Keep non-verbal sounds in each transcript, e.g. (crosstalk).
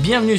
Bienvenue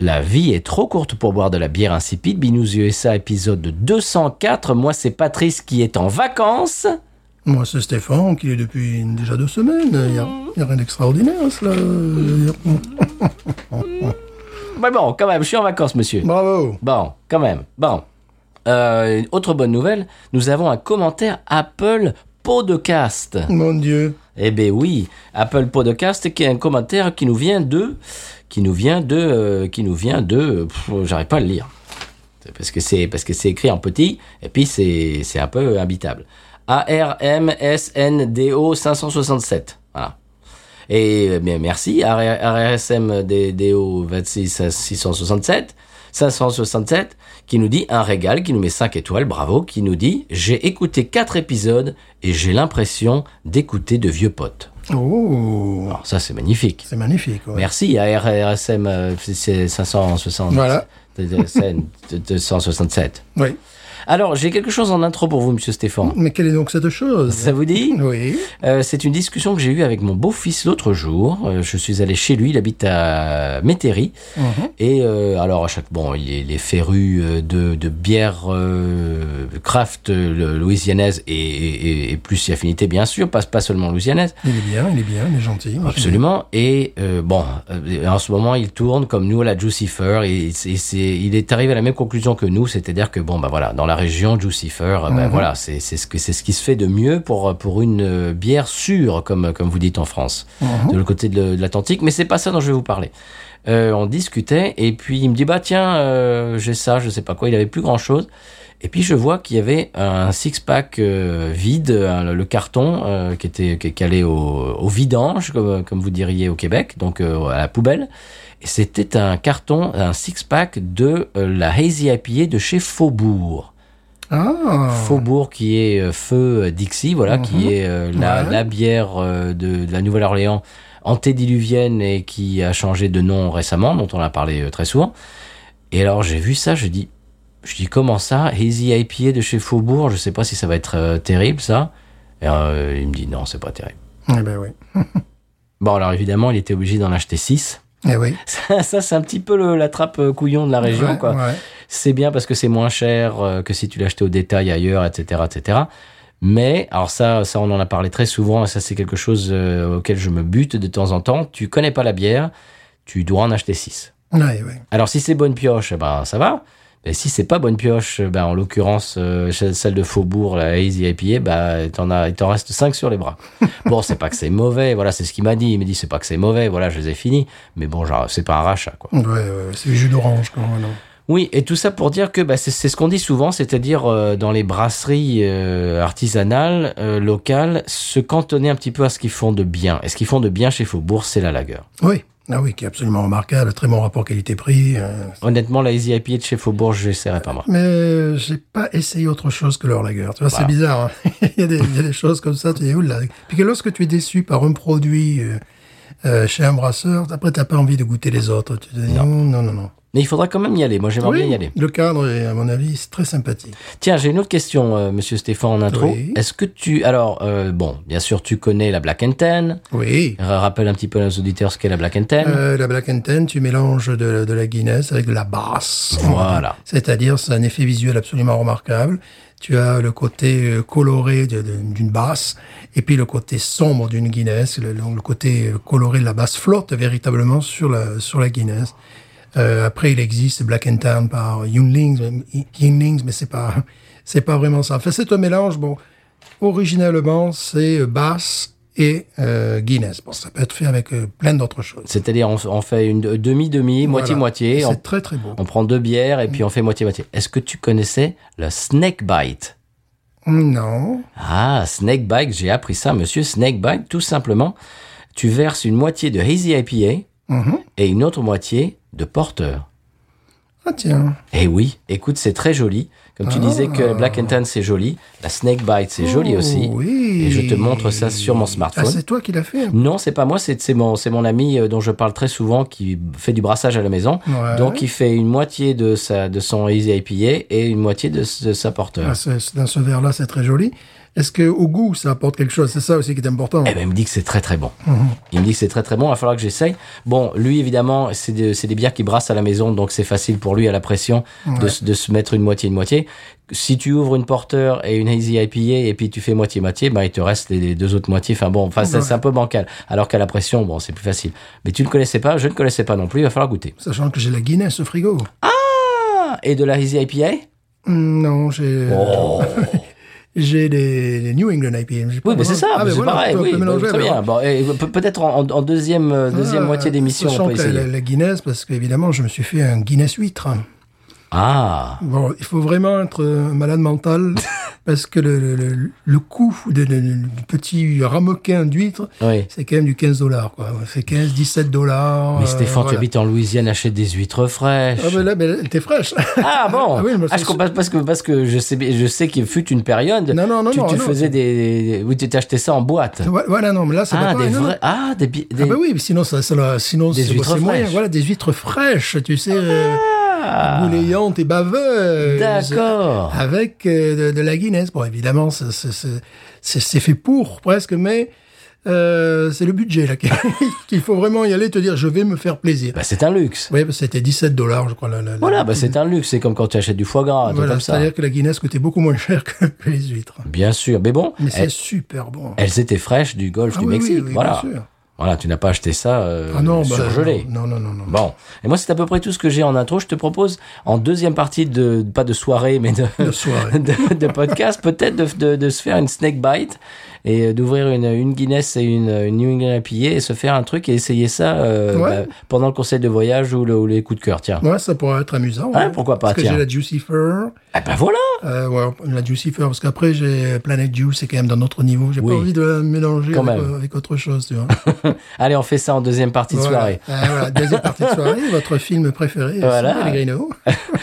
La vie est trop courte pour boire de la bière insipide. Binous USA épisode 204. Moi, c'est Patrice qui est en vacances. Moi, c'est Stéphane qui est depuis déjà deux semaines. Il n'y a, y a rien d'extraordinaire à cela. Y a- Mais bon, quand même, je suis en vacances, monsieur. Bravo. Bon, quand même. Bon. Euh, autre bonne nouvelle, nous avons un commentaire Apple Podcast. Mon Dieu. Eh ben oui, Apple Podcast qui est un commentaire qui nous vient de, qui nous vient de, euh, qui nous vient de, pff, j'arrive pas à le lire. C'est Parce que c'est, parce que c'est écrit en petit, et puis c'est, c'est un peu habitable. ARMSNDO 567. Voilà. Et euh, bien merci, RSMDO 26 667, 567, qui nous dit un régal, qui nous met 5 étoiles, bravo, qui nous dit j'ai écouté 4 épisodes et j'ai l'impression d'écouter de vieux potes. Oh. Alors ça c'est magnifique. C'est magnifique. ouais. Merci à RSM euh, c'est 567. Voilà. 267. Oui. Alors j'ai quelque chose en intro pour vous, monsieur Stéphane. Mais quelle est donc cette chose Ça vous dit Oui. Euh, c'est une discussion que j'ai eue avec mon beau-fils l'autre jour. Euh, je suis allé chez lui, il habite à Métairie. Mhm. Et euh, alors, à chaque bon, il est, il est féru euh, de, de bière euh, craft euh, le- louisianaise et, et- et- et plus si affinité, bien sûr, pas, pas seulement louisianaise. Il est bien, il est bien, il est gentil. Absolument. Et euh, bon, euh, en ce moment, il tourne comme nous à la Jucifer. Et, c'est- c'est- il est arrivé à la même conclusion que nous, c'est-à-dire que bon, bah voilà, dans la région Jucifer, euh, ben voilà, c'est c'est ce que c'est ce qui se fait de mieux pour pour une euh, bière sûre, comme comme vous dites en France, Ah Mhm. de l'autre côté de, le- de l'Atlantique. Mais c'est pas ça dont je vais vous parler. Euh, on discutait et puis il me dit bah tiens, euh, j'ai ça, je sais pas quoi. Il avait plus grand chose. Et puis je vois qu'il y avait un six-pack euh, vide, hein, le- le carton euh, qui était qui est calé au, au vidange, comme, euh, comme vous diriez au Québec, donc euh, à la poubelle. Et c'était un carton, un six-pack de euh, la Hazy IPA de chez Faubourg. Ah. Mhm. Faubourg qui est euh, feu Dixie, voilà, qui est euh, la, Ouais. la bière euh, de, de la Nouvelle-Orléans antédiluvienne et qui a changé de nom récemment, dont on a parlé euh, très souvent. Et alors j'ai vu ça, je dis, je dis comment ça, Easy IPA de chez Faubourg, je sais pas si ça va être euh, terrible ça. Et, euh, il me dit non, c'est pas terrible. Eh ben oui. Bon alors évidemment, il était obligé d'en acheter 6. Eh oui. (laughs) Ça, ça, c'est un petit peu le- la trappe euh, couillon de la région Ouais, quoi ouais. c'est bien parce que c'est moins cher euh, que si tu l'achetais au détail ailleurs, etc., etc. Mais alors ça, ça on en a parlé très souvent et ça c'est quelque chose euh, auquel je me bute de temps en temps. Tu connais pas la bière, tu dois en acheter 6. Ouais, ouais. Alors si c'est bonne pioche, eh ben ça va. Mais si c'est pas bonne pioche, eh ben en l'occurrence euh, celle celle de Faubourg, la Easy IPA, bah t'en as, il t'en reste 5 sur les bras. bon, c'est pas que c'est mauvais, voilà, c'est ce qu'il m'a dit. Il m'a dit c'est pas que c'est mauvais, voilà, je les ai finis. Mais bon, genre c'est pas un rachat quoi. Ouais, ouais, ouais. C'est du jus d'orange, hein. quoi. Non. Oui, et tout ça pour dire que bah, c'est c'est ce qu'on dit souvent, c'est-à-dire euh, dans les brasseries euh, artisanales, euh, locales, se cantonner un petit peu à ce qu'ils font de bien. Et ce qu'ils font de bien chez Faubourg, c'est la lagueur. Oui. Ah oui, qui est absolument remarquable. Très bon rapport qualité-prix. euh, Honnêtement, la Easy IPA de chez Faubourg, je l'essaierai pas moi. Mais euh, j'ai pas essayé autre chose que leur lager. Tu vois, Voilà. c'est bizarre. hein. (laughs) il, y a des, il y a des choses comme ça, tu dis, oula. Puis que lorsque tu es déçu par un produit euh, euh, chez un brasseur, après, t'as pas envie de goûter les autres. Tu te dis, non, non, non. non. Mais il faudra quand même y aller, moi j'aimerais bien y aller. le cadre est, à mon avis, c'est très sympathique. Tiens, j'ai une autre question, euh, monsieur Stéphane, en intro. Oui. Est-ce que tu... Alors, euh, bon, bien sûr, tu connais la Black Ten. Oui. Rappelle un petit peu à nos auditeurs ce qu'est la Black Ten. Euh, la Black and Tan, tu mélanges de, de la Guinness avec de la basse. Voilà. C'est-à-dire, c'est un effet visuel absolument remarquable. Tu as le côté euh, coloré de- de- d'une basse et puis le côté sombre d'une Guinness. Le, donc, le côté euh, coloré de la basse flotte véritablement sur la, sur la Guinness. Euh, après, il existe Black and Tan par Yunlings, mais- Yunlings, mais c'est pas, c'est pas vraiment ça. Enfin, c'est un mélange, bon, originalement, c'est euh, basse et euh, Guinness. Bon, ça peut être fait avec euh, plein d'autres choses. C'est-à-dire, on, on fait une demi-demi, moitié-moitié. Voilà. on- C'est très très beau. On prend deux bières et puis on fait moitié-moitié. Est-ce que tu connaissais le snake bite Non. Ah, snake bite, j'ai appris ça, monsieur. Snake bite, tout simplement, tu verses une moitié de hazy IPA Mhm. et une autre moitié de porter. Ah tiens. Eh oui, écoute, c'est très joli. Comme tu disais que la Black Tan c'est joli, la Snake Bite c'est joli Ah. Oh, aussi. oui. Et je te montre ça sur mon Ah, smartphone. c'est toi qui l'as fait. non, c'est pas moi, c'est c'est mon, c'est mon ami euh, dont je parle très souvent qui fait du brassage à la maison. Ouais. Donc il fait une moitié de, sa, de son Easy IPA et une moitié de, s- de sa porteur. Ah, c'est- c'est- dans ce verre-là, c'est très joli. Est-ce que au goût, ça apporte quelque chose C'est ça aussi qui est important. Eh ben, il me dit que c'est très très bon. Il me dit que c'est très très bon, il va falloir que j'essaye. Bon, lui évidemment, c'est de- c'est des bières qui brassent à la maison, donc c'est facile pour lui à la pression de, se- de se mettre une moitié une moitié. Si tu ouvres une porteur et une Easy IPA et puis tu fais moitié moitié, ben il te reste les, les deux autres moitiés. Enfin bon, enfin c'est Ouais. c'est un peu bancal. Alors qu'à la pression, bon, c'est plus facile. Mais tu ne connaissais pas, je ne connaissais pas non plus, il va falloir goûter. Sachant que j'ai la Guinness au frigo. Ah, et de la Easy IPA Hmm, Non, j'ai Oh. Oh. j'ai les, les New England IPA. mais j'ai pas Oui, mais c'est ça, vraiment- Ah, mais ben c'est voilà, pareil. on peut- on Oui, peut donc, mélanger, très mais bien. Bon, et peut- peut-être en, en deuxième, euh, deuxième Ah, moitié d'émission, on sachant peut que la- essayer. La, la Guinness, parce qu'évidemment, je me suis fait un Guinness huître. Ah, Bon, il faut vraiment être euh, (laughs) malade mental, parce que le, le, le coût de- de- du petit ramequin d'huître, oui. c'est quand même du 15 dollars. quoi. C'est 15, 17 dollars. Mais euh, Stéphane, tu voilà. habites en Louisiane, achète des huîtres fraîches. Ah, ben là, ben, t'es fraîche. (laughs) Ah, bon Ah oui, mais Ah, je c'est- comprends- parce que parce que je sais bien- je sais qu'il fut une période. Non, non, non, tu, non, tu non. faisais des, des- oui tu t'achetais ça en boîte. Ouais, Voilà, non, mais là, ça Ah va pas. des non, non. vrais ah des bi- des Ah bah oui, mais sinon ça, ça la- sinon Des c'est- huîtres c'est moyen. fraîches. Ah. Voilà, des huîtres fraîches, tu sais, euh, gouléantes et baveuses. D'accord. Avec euh, de, de la Guinness. Bon, évidemment, c'est- c'est- c'est c'est- c'est fait pour presque, mais euh, c'est le budget là (laughs) qui- qu'il faut vraiment y aller. Te dire, je vais me faire plaisir. Bah, c'est un luxe. Oui, bah, c'était 17 dollars, je crois. La, la- la- Voilà, bah, c'est un luxe, c'est comme quand tu achètes du foie gras, tout Voilà, comme ça. c'est-à-dire que la Guinness coûtait beaucoup moins cher que que les huîtres. Bien sûr, mais bon, Mais c'est elles, super bon. elles étaient fraîches du golfe Ah du oui, oui, Eh, Mexique, oui, voilà. bien sûr. Voilà, tu n'as pas acheté ça euh, Ah non, bah, surgelé. non, non, non, non. Bon, et moi c'est à peu près tout ce que j'ai en intro. Je te propose en deuxième partie de pas de soirée, mais de, De (laughs) soirée. de, de podcast, peut-être de, de, de se faire une snake bite et euh, d'ouvrir une, une Guinness et une, une New England IPA et se faire un truc et essayer ça euh, Ouais. bah, pendant le conseil de voyage ou, le- ou les coups de cœur. Tiens, Ouais, ça pourrait être amusant. Hein, ouais. pourquoi pas, Parce que tiens. j'ai la Jucifer. ah ben voilà, Euh, ouais, la Jucifer, parce qu'après, j'ai Planet Juice, c'est quand même d'un autre niveau. J'ai Oui. pas envie de la mélanger Quand avec, même. euh, avec autre (laughs) chose, tu vois. allez, on fait ça en deuxième partie de Voilà. soirée, Euh, voilà, deuxième partie de (laughs) soirée, votre film préféré, Voilà. voilà. Pellegrino.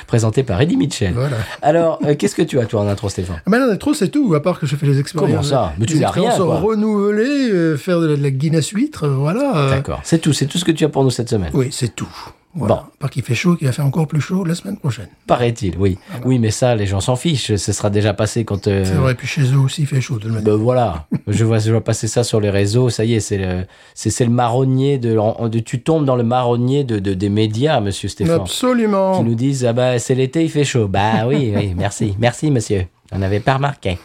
présenté par Eddie Mitchell. Voilà. Alors, euh, qu'est-ce que tu as toi en intro, Stéphane Ah, Mais non, trop, c'est tout, à part que je fais les expériences. Comment ça Mais tu les n'as rien, expériences quoi. renouvelées, euh, faire de la, de la Guinness huître, euh, voilà. euh, D'accord, c'est tout, c'est tout ce que tu as pour nous cette semaine. Oui, c'est tout. Voilà. Bon. À part qu'il fait chaud, qu'il va faire encore plus chaud la semaine prochaine. Paraît-il, oui. Oui, mais ça, les gens s'en fichent. Ce sera déjà passé quand. euh, Ah bah. C'est vrai, puis chez eux aussi, il fait chaud de le matin. Ben voilà, je vois, je vois passer ça sur les réseaux. Ça y est, c'est le, c'est, c'est le marronnier de, en- de- Tu tombes dans le marronnier de, de- des médias, monsieur Stéphane, Absolument. qui nous disent ah bah c'est l'été, il fait chaud. Bah oui, oui, merci, merci monsieur. On n'avait pas remarqué.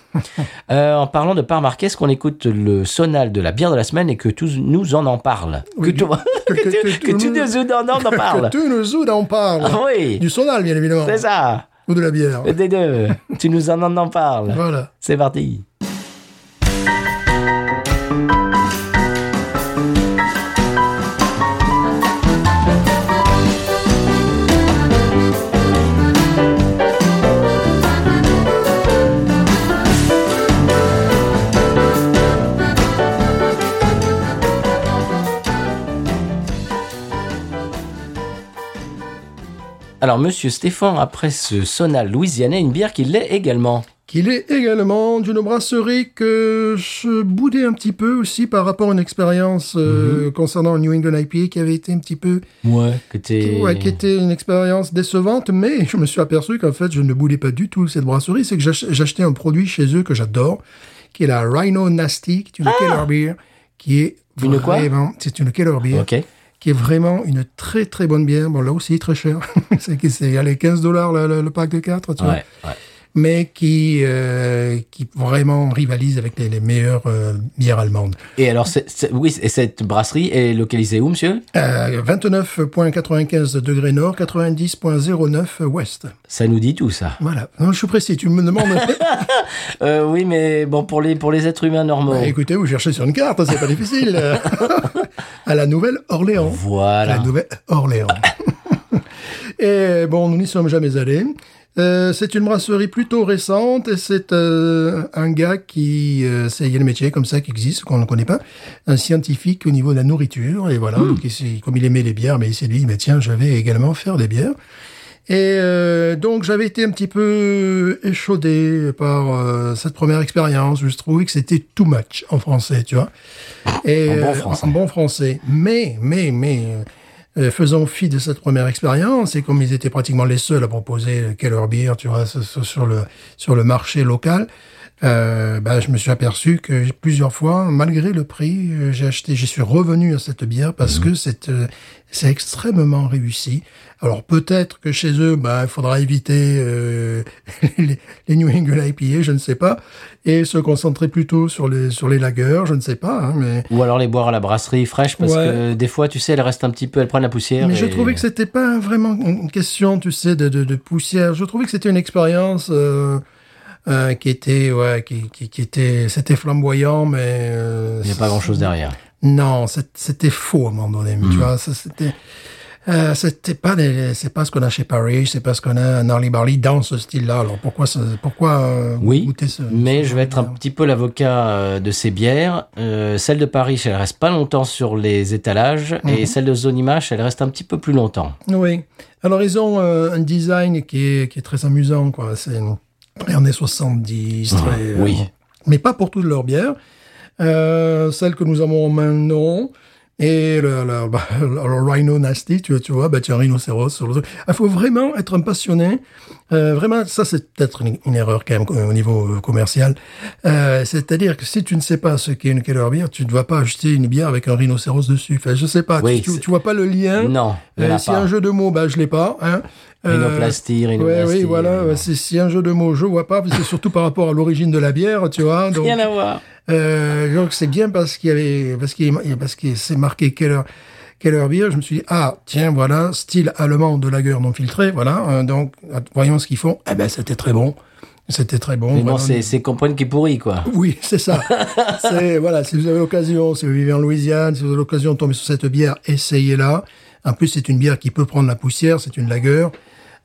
Euh, en parlant de pas remarquer, est-ce qu'on écoute le sonal de la bière de la semaine et que tous nous en en parle Oui, Que tout, que, (laughs) que- que- tout- que que tout tout nous- nous en en parle. (laughs) Que tu nous oudes, on parle. Ah oui, Du sonal, bien évidemment. c'est ça. Ou de la bière. Des deux, tu nous en en en parles. Voilà. C'est parti. Alors, monsieur Stéphane, après ce sonal louisianais, une bière qui l'est également. Qu'il est également d'une brasserie que je boudais un petit peu aussi par rapport à une expérience euh, Mhm. concernant le New England IPA qui avait été un petit peu, Ouais. Que t'es- ouais, qui était une expérience décevante, mais je me suis aperçu qu'en fait je ne boudais pas du tout cette brasserie, c'est que j'ach- j'achetais un produit chez eux que j'adore, qui est la Rhino Nasty, qui est une Keller Beer, qui est Une quoi vraiment, c'est une Keller Beer, Ok. qui est vraiment une très très bonne bière. Bon là aussi très cher, (laughs) c'est que c'est allez 15 dollars le, le- le pack de 4, tu vois Ouais, ouais. mais qui, euh, qui vraiment rivalise avec les, les meilleures euh, bières allemandes. Et alors, c'est- c'est- oui, et cette brasserie est localisée où, monsieur Euh, 29,95 degrés nord, 90,09 ouest. Ça nous dit tout, (laughs) ça. Voilà. Non, je suis précis, tu me demandes. Euh, oui, mais bon, pour les, pour les êtres humains normaux. Bah, Écoutez, vous cherchez sur une carte, c'est pas difficile. Euh, à la Nouvelle-Orléans. La voilà. Nouvelle-Orléans. et bon, nous n'y sommes jamais allés. Euh, c'est une brasserie plutôt récente et c'est euh, un gars qui euh, c'est il y a le métier comme ça qui existe qu'on ne connaît pas un scientifique au niveau de la nourriture et voilà donc il s'est- comme il aimait les bières mais il s'est dit mais tiens je vais également faire des bières Et euh, donc j'avais été un petit peu échaudé par euh, cette première expérience. Je trouvais que c'était too much en français, tu vois. Et, En bon euh, français. en bon français. Mais, mais, mais, euh, faisant fi de cette première expérience, et comme ils étaient pratiquement les seuls à proposer quelle heure bière, tu vois, sur- sur sur le, sur le marché local, euh, bah, je me suis aperçu que plusieurs fois, malgré le prix, euh, j'ai acheté, j'y suis revenu à cette bière parce Mmh. que c'est euh, c'est extrêmement réussi. Alors peut-être que chez eux, bah, il faudra éviter euh, (laughs) les, les New England IPA, je ne sais pas, et se concentrer plutôt sur les sur les lagers, je ne sais pas, hein, mais Ou alors les boire à la brasserie fraîche parce Ouais. que des fois, tu sais, elles restent un petit peu, elles prennent la poussière. Mais je et- trouvais que c'était pas vraiment une question, tu sais, de, de, de poussière. Je trouvais que c'était une expérience euh, euh, qui était, ouais, qui, qui, qui était, c'était flamboyant, mais euh, il n'y a pas grand chose derrière. Non, c'est- c'était faux à un moment donné. Hmm. mais Tu vois, ça, c'était. Euh, c'était pas des, c'est pas ce qu'on a chez Paris, c'est pas ce qu'on a à Narly Barley dans ce style-là. Alors pourquoi, ça- pourquoi euh, Oui, goûter ce mais ce je vais être un genre petit peu l'avocat euh, de ces bières. Euh, celle de Paris, elle reste pas longtemps sur les étalages, Mhm. et celle de Zonimash, elle reste un petit peu plus longtemps. de bière Oui. Alors ils ont euh, un design qui est qui est très amusant quoi. C'est très années 70, très, euh, Ah, oui. mais pas pour toutes leurs bières. Euh, celle que nous avons en main, non. Et le, le, (laughs) bah, le Rhino Nasty, tu, tu vois, bah, tu as un rhinocéros sur le truc. Il faut vraiment être un passionné. Euh, vraiment, ça c'est peut-être une, une erreur quand même euh, au niveau euh, commercial. Euh, C'est-à-dire que si tu ne sais pas ce qu'est une Keller bière, tu ne vas pas acheter une bière avec un rhinocéros dessus. Enfin, je sais pas, tu- Oui, tu, c'est- tu vois pas le lien. Non, il y en Euh, a S'il y a pas. un jeu de mots, bah, je l'ai pas. Hein. Euh, Rhinoplastie, Ouais, rhinoplastie. oui, voilà. euh, ouais, C'est si un jeu de mots, je vois pas. C'est surtout par rapport à l'origine de la bière, tu vois. hein, Donc, Rien à voir. euh, donc c'est bien parce qu'il y avait, parce qu'il, parce que c'est marqué quelle heure, quelle heure bière. Je me suis dit, ah, tiens, voilà, style allemand de lager non filtré, voilà. euh, donc, voyons ce qu'ils font. Eh ben, c'était très bon. C'était très bon. bah, Mais bon, vraiment. c'est c'est Compagne qui pourrit, quoi. Oui, (laughs) c'est ça. c'est voilà, si vous avez l'occasion, si vous vivez en Louisiane, si vous avez l'occasion de tomber sur cette bière, essayez-la. En plus, c'est une bière qui peut prendre la poussière, c'est une lagueur.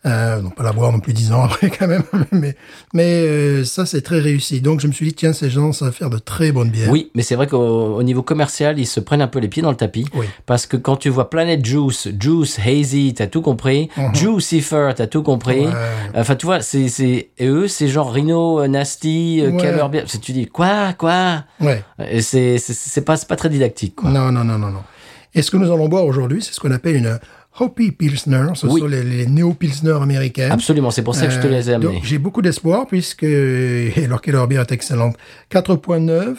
Euh, donc pas la boire non plus dix ans (laughs) après quand même, mais mais euh, ça c'est très réussi. Donc je me suis dit tiens ces gens savent faire de très bonnes bières. Oui, mais c'est vrai qu'au au niveau commercial, ils se prennent un peu les pieds dans le tapis. Oui. Parce que quand tu vois Planet Juice, Juice, Hazy, t'as tout compris. Juicifer, t'as tout compris. Mhm. Ouais. Enfin, tu vois, c'est, c'est, et eux, c'est genre Rhino, euh, Nasty, euh, Ouais. Keller Beer. C'est- Tu dis, quoi, quoi? Ouais. Et c'est, c'est, c'est pas, c'est pas très didactique, quoi. Non non non non non. Et ce que nous allons boire aujourd'hui, c'est ce qu'on appelle une Hopi Pilsner. Ce Oui. sont les, les néo Pilsner américaines. Absolument, c'est pour ça que je te Euh, les ai amenés. donc, J'ai beaucoup d'espoir puisque, (laughs) alors que leur bière est excellente, 4.9,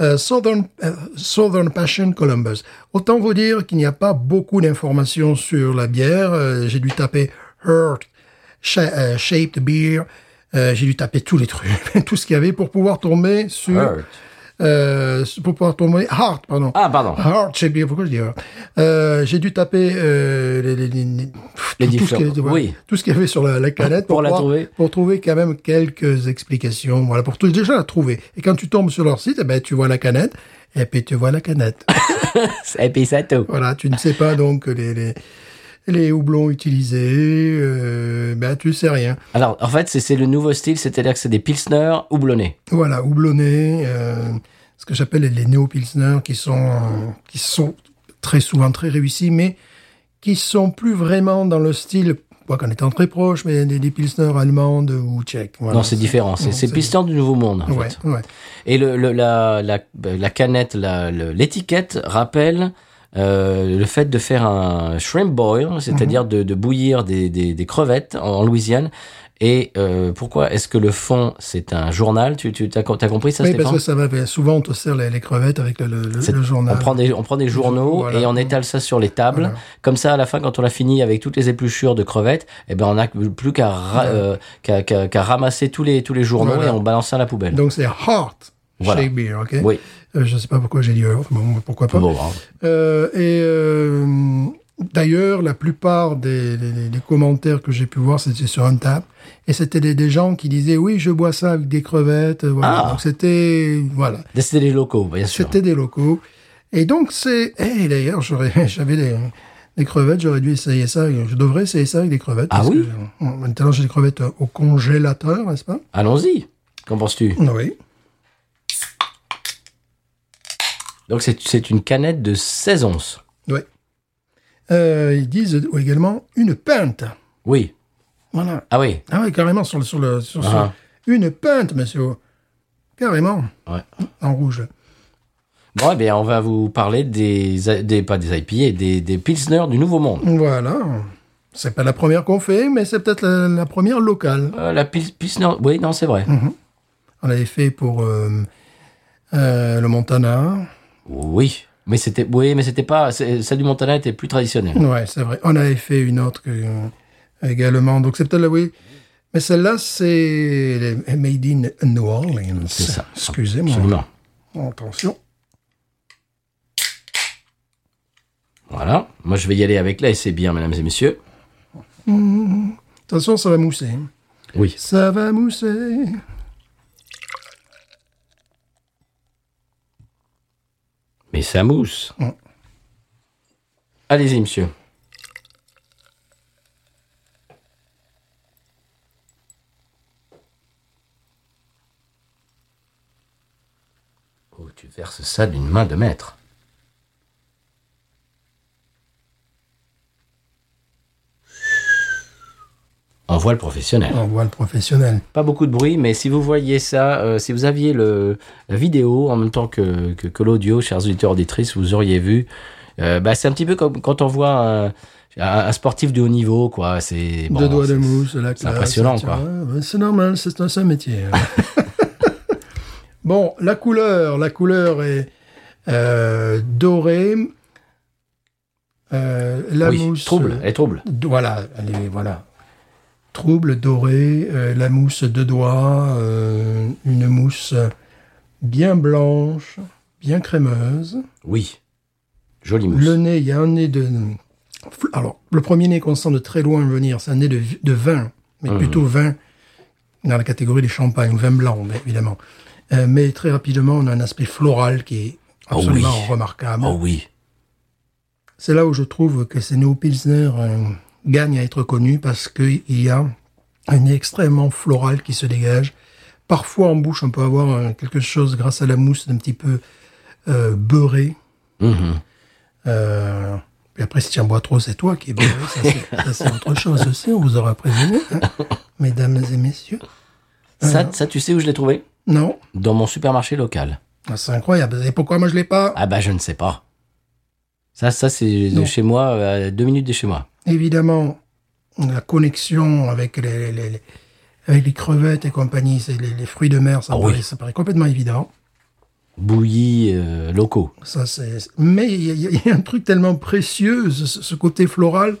euh, Southern, euh, Southern Passion Columbus. Autant vous dire qu'il n'y a pas beaucoup d'informations sur la bière. Euh, j'ai dû taper Hurt, Sha- euh, Shaped Beer. Euh, j'ai dû taper tous les trucs, (laughs) tout ce qu'il y avait pour pouvoir tomber sur... Hurt. euh, pour pouvoir tomber... Heart, pardon. Ah, pardon. Heart, j'ai oublié pourquoi je dis Heart. Euh, j'ai dû taper euh, les, les- les- Les tout, ce différents- qu'il y avait- oui. tout ce qu'il y avait sur la, (laughs) la canette Pour la pouvoir- trouver. pour trouver quand même quelques explications. Voilà, pour tout, déjà la trouver. Et quand tu tombes sur leur site, eh ben, tu vois la canette. Et puis tu vois la canette. (laughs) Et puis ça tout. voilà, tu ne sais pas donc les, les, les houblons utilisés. Euh, ben tu sais rien. Alors, en fait, c'est, c'est le nouveau style, c'est-à-dire que c'est des Pilsner houblonnés. Voilà, houblonné, euh, ce que j'appelle les- les néo-pilsner qui sont, euh, qui sont très souvent très réussis, mais qui sont plus vraiment dans le style, quoi qu'en étant très proche, mais des, des pilsner allemandes ou tchèques. Voilà. non, c'est différent. C'est, non, c'est c'est- Pilsner du Nouveau Monde, en Ouais, fait. ouais. Et le, le- la, la, la canette, la- le- l'étiquette rappelle euh, le fait de faire un shrimp boil, Mhm. c'est-à-dire de, de bouillir des, des, des crevettes en, en Louisiane. Et euh, pourquoi est-ce que le fond, c'est un journal Tu, tu as, compris ça, Oui, parce Stéphane que ça va, ben, souvent on te sert les, les crevettes avec le, le- le- C'est- le journal. on prend des, on prend des journaux Voilà. et on étale ça sur les tables. Voilà. Comme ça, à la fin, quand on a fini avec toutes les épluchures de crevettes, eh ben, on n'a plus qu'à ra- Ouais. euh, qu'à- qu'à- qu'à ramasser tous les, tous les journaux Voilà. et on balance ça à la poubelle. Donc c'est hard Voilà. shake beer, ok oui, Euh, Je ne sais pas pourquoi j'ai dit Earth, bon, pourquoi pas. bon, hein. Euh, et euh, d'ailleurs, la plupart des, des- des commentaires que j'ai pu voir, c'était sur un table. Et c'était des, des gens qui disaient, oui, je bois ça avec des crevettes. euh, Voilà. Ah. Donc c'était, voilà. C'était les locaux, bien sûr. C'était des locaux. Et donc c'est, et d'ailleurs, j'aurais- (laughs) j'avais des, des crevettes, j'aurais dû essayer ça. Je devrais essayer ça avec des crevettes. Ah parce oui que, euh, Maintenant, j'ai des crevettes euh, au congélateur, n'est-ce pas? Allons-y. Qu'en penses-tu Oui. Donc c'est- c'est une canette de 16 onces. Oui. Euh, ils disent également une pinte. Oui. Voilà. Ah oui. Ah oui, carrément, sur le. Sur le sur ce- Ah. Une pinte, monsieur. Carrément, Ouais. en rouge. Bon, eh bien, on va vous parler des, des pas des IPA, des, des Pilsner du Nouveau Monde. Voilà. C'est pas la première qu'on fait, mais c'est peut-être la, la première locale. Euh, la Pils- Pilsner, oui, non, c'est vrai. On l'avait fait pour euh, euh, le Montana. Oui. Mais c'était, oui, mais c'était pas, c'est- celle du Montana était plus traditionnelle. Ouais, c'est vrai. On avait fait une autre euh, également. Donc c'est peut-être la oui. Mais celle-là, c'est les Made in New Orleans. C'est ça. Excusez-moi. Absolument. Attention. Voilà. Moi, je vais y aller avec la et c'est bien, mesdames et messieurs. Attention, ça va mousser. Oui. Ça va mousser. Mais ça mousse. Mm. Allez-y, monsieur. Oh, tu verses ça d'une main de maître. On voit le professionnel. On voit le professionnel. Pas beaucoup de bruit, mais si vous voyez ça, euh, si vous aviez le, la vidéo en même temps que, que, que l'audio, chers auditeurs auditrices, vous auriez vu. Euh, bah, c'est un petit peu comme quand on voit un, un- un sportif de haut niveau, quoi. C'est bon, Deux doigts de c'est- mousse, la classe, impressionnant, etc. quoi. Ouais, C'est normal, c'est un seul métier. (laughs) bon, la couleur, la couleur est euh, dorée. Euh, la oui, mousse, trouble, elle est trouble. d- voilà, elle est- voilà. Trouble doré, euh, la mousse deux doigts, euh, une mousse bien blanche, bien crémeuse. Oui, jolie mousse. Le nez, il y a un nez de. Alors, le premier nez qu'on sent de très loin venir, c'est un nez de, de vin, mais plutôt vin dans la catégorie des champagnes, ou vin blanc, mais évidemment. Euh, mais très rapidement, on a un aspect floral qui est Oh oui. absolument remarquable. Oh oui, C'est là où je trouve que ces néo-pilsner euh, gagnent à être connus parce qu'il y a un nez extrêmement floral qui se dégage. Parfois, en bouche, on peut avoir euh, quelque chose, grâce à la mousse, d'un petit peu euh, beurré. Mhm. Euh, puis après, si tu en bois trop, c'est toi qui es bourré. Ça, c'est- Ça, c'est autre chose aussi. On vous aura prévenu, hein, mesdames et messieurs. Ah. ça, ça, tu sais où je l'ai trouvé Non, Dans mon supermarché local. Ah, c'est incroyable. Et pourquoi moi je l'ai pas Ah bah je ne sais pas. Ça, ça c'est de Non. chez moi, euh, à deux minutes de chez moi. Évidemment, la connexion avec les, les- les- les- avec les crevettes et compagnie, c'est les, les fruits de mer, ça, Ah paraît, oui. ça paraît complètement évident. Bouillis euh, locaux. Ça, c'est. Mais il y, a- il y a- il y a un truc tellement précieux, ce, ce côté floral,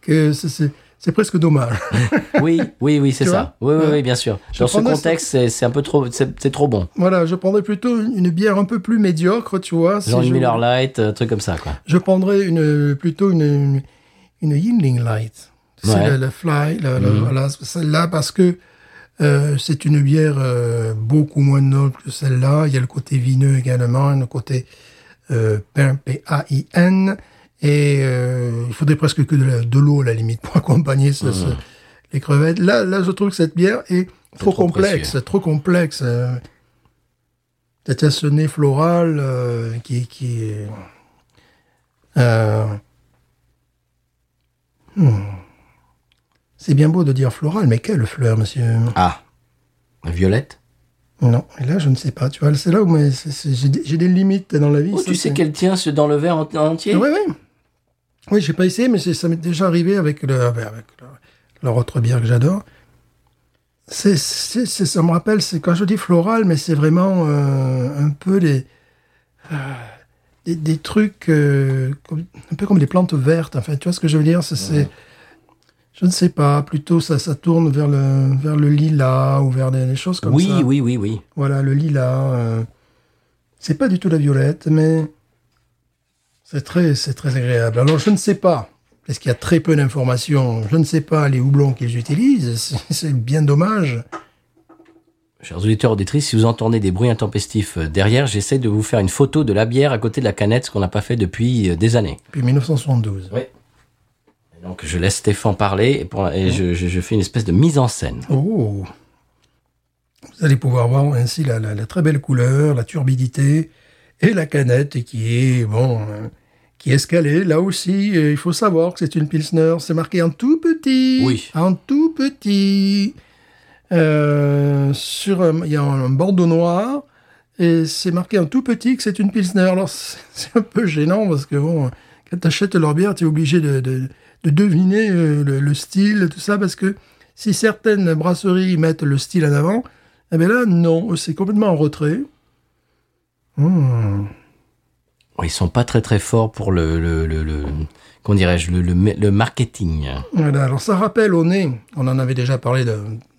que c'est- c'est c'est presque dommage. (laughs) Oui, oui, oui, c'est Tu ça. Oui, oui, oui, bien sûr. Dans ce prendrais ça. contexte, c'est- c'est un peu trop, c'est c'est trop bon. voilà, je prendrais plutôt une, une bière un peu plus médiocre, tu vois. si Genre je- une Miller Light, un truc comme ça, quoi. Je prendrais une, plutôt une, une, une Yingling Light. C'est Ouais. la, la Fly, la- la- voilà, celle-là, parce que euh, c'est une bière euh, beaucoup moins noble que celle-là. Il y a le côté vineux également, le côté euh, pain, P-A-I-N. Et euh, il faudrait presque que de la- de l'eau, à la limite, pour accompagner ce- ce- les crevettes. Là, là, je trouve que cette bière est Mmh. trop trop, complexe, précieux. trop complexe. euh. Peut-être à ce nez floral euh, qui, qui est... Euh, hmm. C'est bien beau de dire floral, mais quelle fleur, monsieur Ah. Violette. Non, et là, je ne sais pas, tu vois, c'est là où mais c'est- c'est- j'ai des- j'ai des limites dans la vie. Oh, ça, tu sais c'est- qu'elle tient ce dans le verre en- en entier Oui, oui. Oui, j'ai pas essayé, mais c'est- ça m'est déjà arrivé avec, le, avec le- leur autre bière que j'adore. C'est, c'est, c'est- ça me rappelle, c'est quand je dis floral, mais c'est vraiment euh, un peu des, euh, des, des trucs, euh, comme- un peu comme des plantes vertes, en fait. Tu vois ce que je veux dire c'est, c'est- Je ne sais pas, plutôt ça, ça tourne vers le, vers le lilas ou vers des, des choses comme oui, ça. oui, oui, oui. Voilà, le lilas. euh, c'est pas du tout la violette, mais c'est très, c'est très agréable. Alors, je ne sais pas, parce qu'il y a très peu d'informations, je ne sais pas les houblons qu'ils utilisent, (laughs) c'est- c'est bien dommage. Chers auditeurs, auditrices, si vous entendez des bruits intempestifs euh, derrière, j'essaie de vous faire une photo de la bière à côté de la canette, ce qu'on n'a pas fait depuis euh, des années. Depuis 1972. Oui. Donc je laisse Stéphane parler et, pour- et je, je- je fais une espèce de mise en scène. Oh Vous allez pouvoir voir ainsi la, la- la très belle couleur, la turbidité et la canette qui est, bon, euh, qui est escalée. Là aussi, euh, il faut savoir que c'est une Pilsner. C'est marqué en tout petit. Oui. En tout petit. Euh, sur un- il y a un, un bordeaux noir. Et c'est marqué en tout petit que c'est une Pilsner. Alors, (laughs) c'est c'est un peu gênant parce que bon, quand t'achètes leur bière, t'es obligé de, de- de deviner euh, le, le style, tout ça, parce que si certaines brasseries mettent le style en avant, eh bien là, non, c'est complètement en retrait. Ils sont pas très très forts pour le, le, le, le- comment dirais-je, le, le- le marketing. Voilà, alors ça rappelle au nez, on en avait déjà parlé de,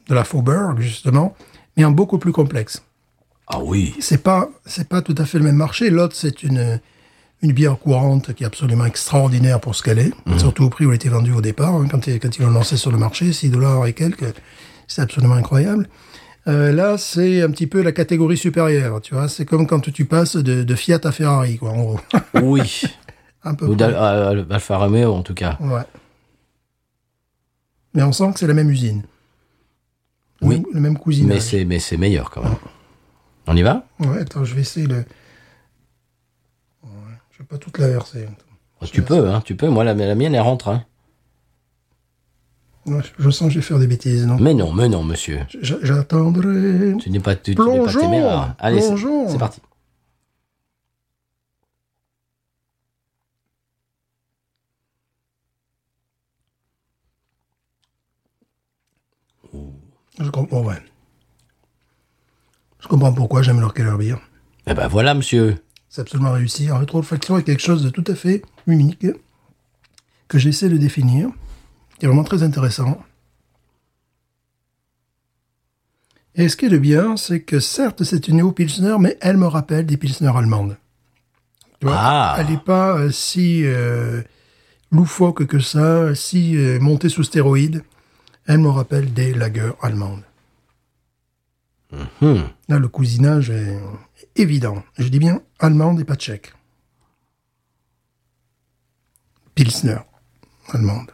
de la Faubourg, justement, mais en beaucoup plus complexe. Ah oui. C'est pas, c'est pas tout à fait le même marché. L'autre, c'est une, une bière courante qui est absolument extraordinaire pour ce qu'elle est, surtout au prix où elle était vendue au départ, hein, quand, ils- quand ils l'ont lancée sur le marché, 6 dollars et quelques. C'est absolument incroyable. Euh, là, c'est un petit peu la catégorie supérieure, tu vois. C'est comme quand tu passes de, de Fiat à Ferrari, quoi, en gros. Oui. un peu Ou près. d'Al- Al- Alfa Romeo en tout cas. Ouais. Mais on sent que c'est la même usine. Le Oui. même- Le même Mais cousinage. c'est mais c'est meilleur quand même. On y va Ouais, attends, je vais essayer le. Ouais, je vais pas toute la verser. Tu peux, hein, tu peux. Moi, la, la mienne, elle rentre. hein. Ouais, je- je sens que je vais faire des bêtises, non Mais non, mais non, monsieur. Je- je- J'attendrai. Tu n'es pas, tu, tu n'es pas Plongeons téméraire. Allez, c'est Plongeons c'est parti. Je comprends, ouais. Je comprends pourquoi j'aime leur Keller Beer. Eh ben voilà, monsieur. C'est absolument réussi. Un rétro-olfaction est quelque chose de tout à fait unique que j'essaie de définir, qui est vraiment très intéressant. Et ce qui est de bien, c'est que certes, c'est une néo-pilsner, mais elle me rappelle des pilsners allemandes. Tu vois, Ah. Elle n'est pas euh, si euh, loufoque que ça, si euh, montée sous stéroïdes. Elle me rappelle des lagers allemandes. Hmm. Là, le cousinage est évident. Je dis bien allemande et pas tchèque. Pilsner, allemande.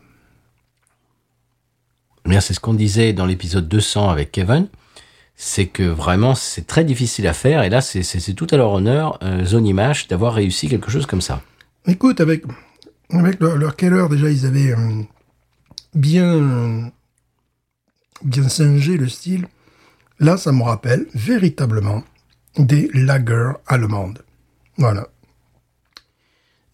Eh Bien, c'est ce qu'on disait dans l'épisode 200 avec Kevin. C'est que vraiment, c'est très difficile à faire. Et là, c'est- c'est c'est tout à leur honneur, euh, Zone Image, d'avoir réussi quelque chose comme ça. Écoute, avec, avec leur, leur Keller, déjà, ils avaient euh, bien, euh, bien singé le style. Là, ça me rappelle véritablement des lagers allemandes. Voilà.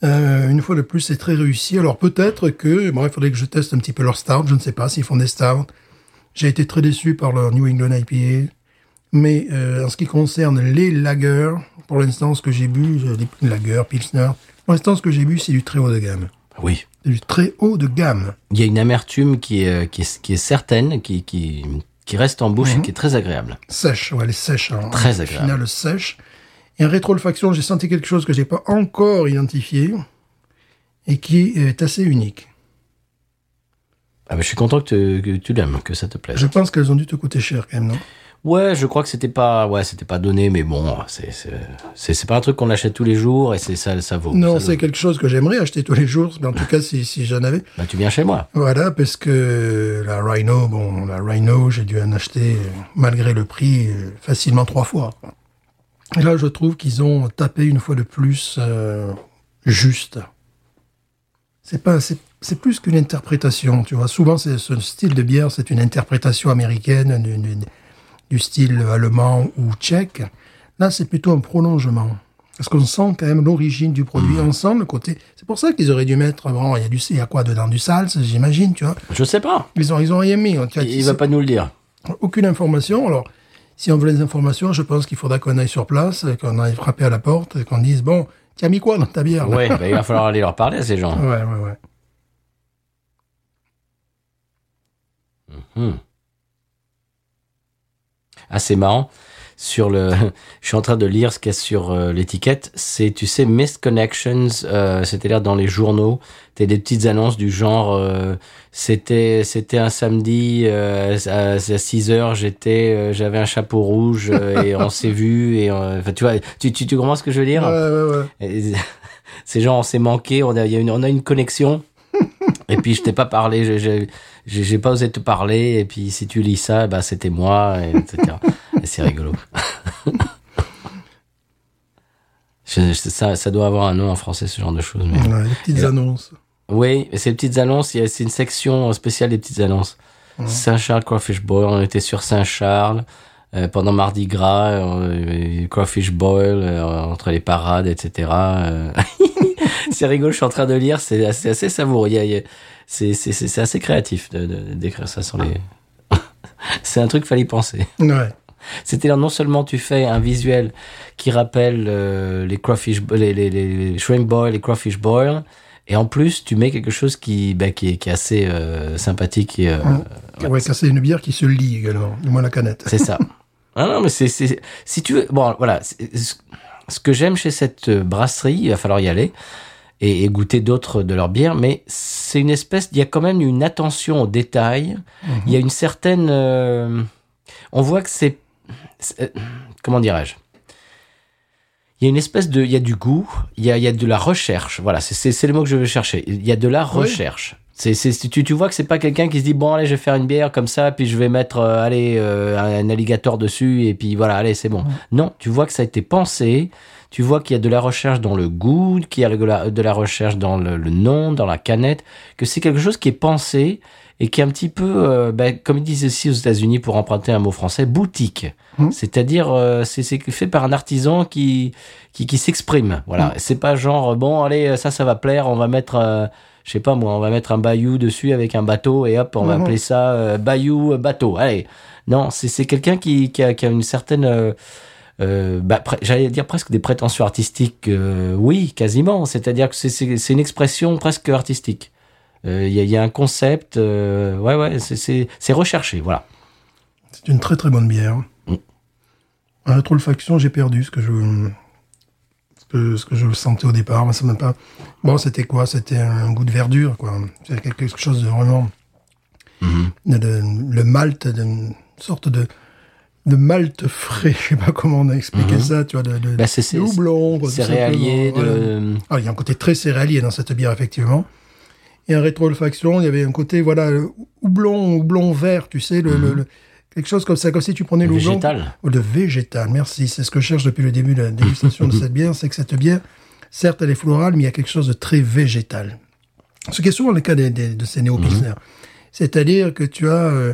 Euh, une fois de plus, c'est très réussi. Alors peut-être que, bon, il faudrait que je teste un petit peu leur stout. Je ne sais pas s'ils font des stouts. J'ai été très déçu par leur New England IPA. Mais euh, en ce qui concerne les lagers, pour l'instant, ce que j'ai bu, euh, les lagers, pilsner, pour l'instant, ce que j'ai bu, c'est du très haut de gamme. Oui. C'est du très haut de gamme. Il y a une amertume qui est, euh, qui est, qui est certaine, qui, qui, qui reste en bouche Mhm. et qui est très agréable. Sèche, ouais, elle est sèche. hein. Très Au agréable. final, sèche. Et en rétro-olfaction, j'ai senti quelque chose que j'ai pas encore identifié et qui est assez unique. Ah ben, je suis content que, te- que tu l'aimes, que ça te plaise. Je pense qu'elles ont dû te coûter cher quand même, non Oh, Ouais, je crois que c'était pas, ouais, c'était pas donné, mais bon, c'est, c'est, c'est- c'est pas un truc qu'on achète tous les jours et c'est ça, ça vaut. Non, ça c'est vaut. quelque chose que j'aimerais acheter tous les jours, mais en tout cas, si, si j'en avais. Bah, tu viens chez moi. Voilà, parce que la Rhino, bon, la Rhino, j'ai dû en acheter, euh, malgré le prix, euh, facilement trois fois. Et là, je trouve qu'ils ont tapé une fois de plus euh, juste. C'est pas, c'est, c'est plus qu'une interprétation, tu vois. Souvent, c'est, ce style de bière, c'est une interprétation américaine du, du- du style allemand ou tchèque. Là, c'est plutôt un prolongement. Parce qu'on sent quand même l'origine du produit, on sent le côté. C'est pour ça qu'ils auraient dû mettre, bon, il y a du, il y a quoi dedans, du salsa, j'imagine, tu vois. Je sais pas. Ils ont, ils ont rien mis. Bah, Tu vois, Il, il va c'est- pas nous le dire. aucune information. Alors, si on veut les informations, je pense qu'il faudra qu'on aille sur place, euh, qu'on aille frapper à la porte, et qu'on dise bon, tu as mis quoi dans ta bière là Ouais, bah, il va falloir aller leur parler à ces gens. ouais, ouais, ouais. Hmm. Ah, c'est marrant. Sur le, (laughs) je suis en train de lire ce qu'il y a sur euh, l'étiquette. C'est, tu sais, missed connections. euh, c'était là dans les journaux. T'as des petites annonces du genre, euh, c'était, c'était un samedi euh, à, à 6 heures. J'étais, euh, j'avais un chapeau rouge euh, et on s'est vu. Et euh, enfin, tu vois, tu, tu, tu comprends ce que je veux dire Ouais, ouais, ouais. et- (laughs) Ces gens, on s'est manqué, on a, il y a une, on a une connexion. et puis, je t'ai pas parlé, j'ai- j'ai- j'ai j'ai pas osé te parler. Et puis, si tu lis ça, bah, c'était moi, et etc. et c'est rigolo. Je Je- je- ça, ça doit avoir un nom en français, ce genre de choses. mais- Ouais, les petites Et là- annonces. Oui, et ces petites annonces, il y a- c'est une section spéciale des petites annonces. Saint-Charles Crawfish Boil, on était sur Saint-Charles euh, pendant Mardi Gras, euh, Crawfish Boil, euh, entre les parades, etc. euh. (laughs) c'est rigolo, je suis en train de lire, c'est assez, assez savoureux. Il y a- il y a- C'est c'est- c'est- c'est assez créatif de- de- d'écrire ça sur les... (laughs) c'est un truc, fallait y penser. Ouais. C'est-à-dire non seulement tu fais un visuel qui rappelle euh, les crawfish, les, les, les, les shrimp boil, les crawfish boil, et en plus tu mets quelque chose qui, bah, qui, est, qui est assez euh, sympathique. Et, euh, Ouais, car c'est une bière qui se lie également, du moins la canette. C'est ça. Ah non, mais c'est, c'est- si tu veux, bon, voilà, c'est- ce- ce que j'aime chez cette euh, brasserie, il va falloir y aller et, et goûter d'autres de leurs bières, mais c'est une espèce, il y a quand même une attention aux détails. Il y a une certaine, euh, on voit que c'est, c'est- euh, comment dirais-je. Il y a une espèce de, il y a du goût, il y a, il y a de la recherche. Voilà, c'est- c'est c'est le mot que je veux chercher. Il y a de la Oui. recherche. C'est, c'est, tu, tu vois que c'est pas quelqu'un qui se dit bon allez je vais faire une bière comme ça puis je vais mettre euh, allez euh, un alligator dessus et puis voilà allez c'est bon. Non, tu vois que ça a été pensé. Tu vois qu'il y a de la recherche dans le goût, qu'il y a de la, de la recherche dans le, le nom, dans la canette, que c'est quelque chose qui est pensé et qui est un petit peu, euh, ben, comme ils disent ici aux États-Unis pour emprunter un mot français, boutique. Mhm. C'est-à-dire, euh, c'est c'est fait par un artisan qui qui, qui s'exprime. Voilà, c'est pas genre euh, bon, allez, ça, ça va plaire, on va mettre. euh, je sais pas moi, on va mettre un bayou dessus avec un bateau et hop, on va Mhm. appeler ça euh, bayou euh, bateau. Allez, non, c'est c'est quelqu'un qui, qui, a, qui a une certaine euh, euh, bah, pre- j'allais dire presque des prétentions artistiques, euh, oui, quasiment. C'est-à-dire que c'est- c'est c'est une expression presque artistique. Euh, Il y, a, il y a un concept, euh, ouais, ouais, c'est- c'est c'est recherché, voilà. C'est une très très bonne bière. Mm. En rétro-faction, j'ai perdu ce que je ce que, ce que je sentais au départ, mais ça m'a pas. Bon, c'était quoi C'était un goût de verdure, quoi. C'est quelque chose de vraiment Mm-hmm. de- de- le malt, de- une sorte de de malt frais. (laughs) Je sais pas comment on a expliqué ça, tu vois, de, de Bah, c'est- c'est- du houblon, quoi, tout Céréalier, simplement, voilà. de... euh, Ah, il y a un côté très céréalier dans cette bière, effectivement. Et un rétro-olfaction, il y avait un côté, voilà, euh, houblon, houblon vert, tu sais, le, le- le- quelque chose comme ça, comme si tu prenais le houblon. végétal. Ou le végétal, merci. C'est ce que je cherche depuis le début de la dégustation de cette bière, c'est que cette bière, certes, elle est florale, mais il y a quelque chose de très végétal. Ce qui est souvent le cas des- des- de ces néo C'est-à-dire que tu as euh,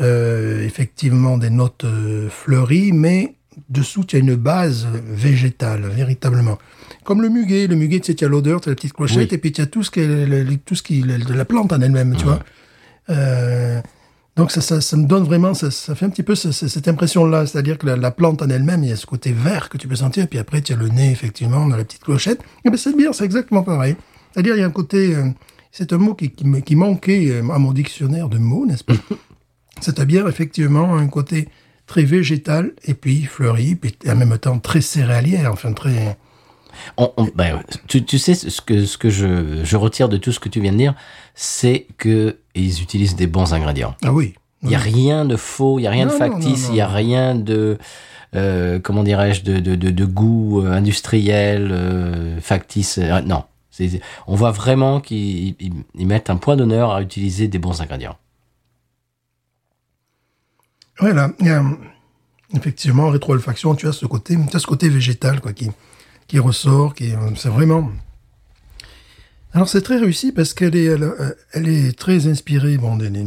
euh, effectivement des notes euh, fleuries, mais dessous, tu as une base végétale, véritablement. Comme le muguet. Le muguet, tu sais, tu as l'odeur, tu as la petite clochette, Oui. et puis tu as tout ce qui est, le- le- tout ce qui est le- de la plante en elle-même, tu vois. Euh, donc ça, ça, ça me donne vraiment, ça, ça fait un petit peu ce- ce- cette impression-là, c'est-à-dire que la, la plante en elle-même, il y a ce côté vert que tu peux sentir, puis après tu as le nez effectivement, dans la petite clochette. Et bien cette bière, c'est exactement pareil. C'est-à-dire il y a un côté, euh, c'est un mot qui, qui, me- qui manquait euh, à mon dictionnaire de mots, n'est-ce pas Cette bière effectivement a un côté très végétal et puis fleuri, puis en même temps très céréalière, enfin très. On- on- ben, tu, tu sais ce que, ce que je, je retire de tout ce que tu viens de dire, c'est que ils utilisent des bons ingrédients. Ah oui. Il n'y a rien de faux, il n'y a rien de Non, non, non, factice, non. il n'y a rien de, euh, comment dirais-je, de, de, de, de goût euh, industriel, euh, factice. euh, non. C'est- On voit vraiment qu'ils ils- ils mettent un point d'honneur à utiliser des bons ingrédients. Voilà, il y a, hum, effectivement, rétro-olfaction, tu as ce côté, tu as ce côté végétal quoi, qui, qui ressort, qui euh, c'est vraiment. Alors c'est très réussi parce qu'elle est, elle, euh, elle est très inspirée bon des, des,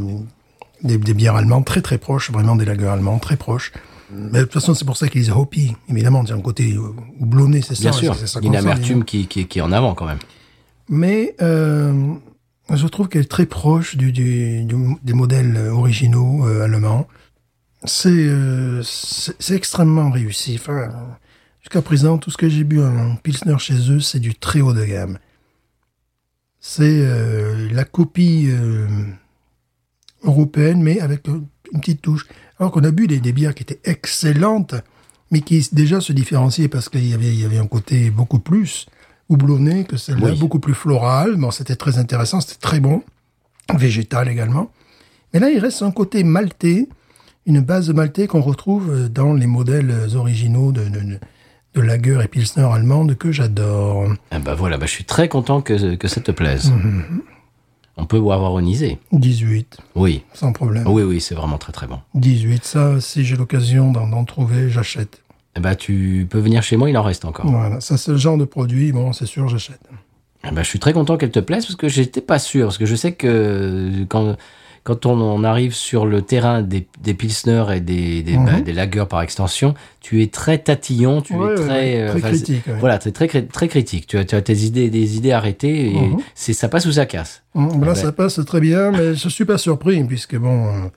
des- des bières allemandes très très proches, vraiment des lagers allemands très proches. Mm. Mais de toute façon, c'est pour ça qu'ils disent hoppy, évidemment, c'est un côté euh, houblonné, c'est ça. Bien c'est- sûr, c'est ça il y a une qu'on sent, amertume qui, qui, qui est en avant quand même. mais euh, je trouve qu'elle est très proche du, du- du- des modèles originaux euh, allemands. C'est euh, c'est c'est extrêmement réussi. Enfin, euh, jusqu'à présent, tout ce que j'ai bu en pilsner chez eux, c'est du très haut de gamme. C'est euh, la copie euh, européenne, mais avec euh, une petite touche. Alors qu'on a bu des, des bières qui étaient excellentes, mais qui s- déjà se différenciaient parce qu'il y avait, il y avait un côté beaucoup plus houblonné que celle-là, Oui. beaucoup plus floral. Bon, c'était très intéressant, c'était très bon. Végétal également. Mais là, il reste un côté maltais, une base de maltais qu'on retrouve euh, dans les modèles originaux de, de, de- de lager et pilsner allemande que j'adore. Ah bah voilà, bah je suis très content que, que ça te plaise. Mhm. On peut avoir onisé. 18, Oui, sans problème. oui, oui, c'est vraiment très très bon. 18, ça, si j'ai l'occasion d'en d'en trouver, j'achète. eh ben, tu peux venir chez moi, il en reste encore. Voilà, ça c'est le genre de produit, bon, c'est sûr, j'achète. Eh ben, je suis très content qu'elle te plaise parce que j'étais pas sûr. Parce que je sais que euh, quand, quand on, on arrive sur le terrain des, des pilsners et des, des, Mhm. bah, des lagers par extension, tu es très tatillon, tu Ouais, es ouais, très. ouais, euh, très enfin, c'est- critique. ouais. Voilà, tu es très, cri- très critique. Tu as, tu as tes idées, des idées arrêtées et Mhm. c'est ça passe ou ça casse. Hum, Là, Ouais. ça passe très bien, mais je suis pas surpris, puisque bon, euh,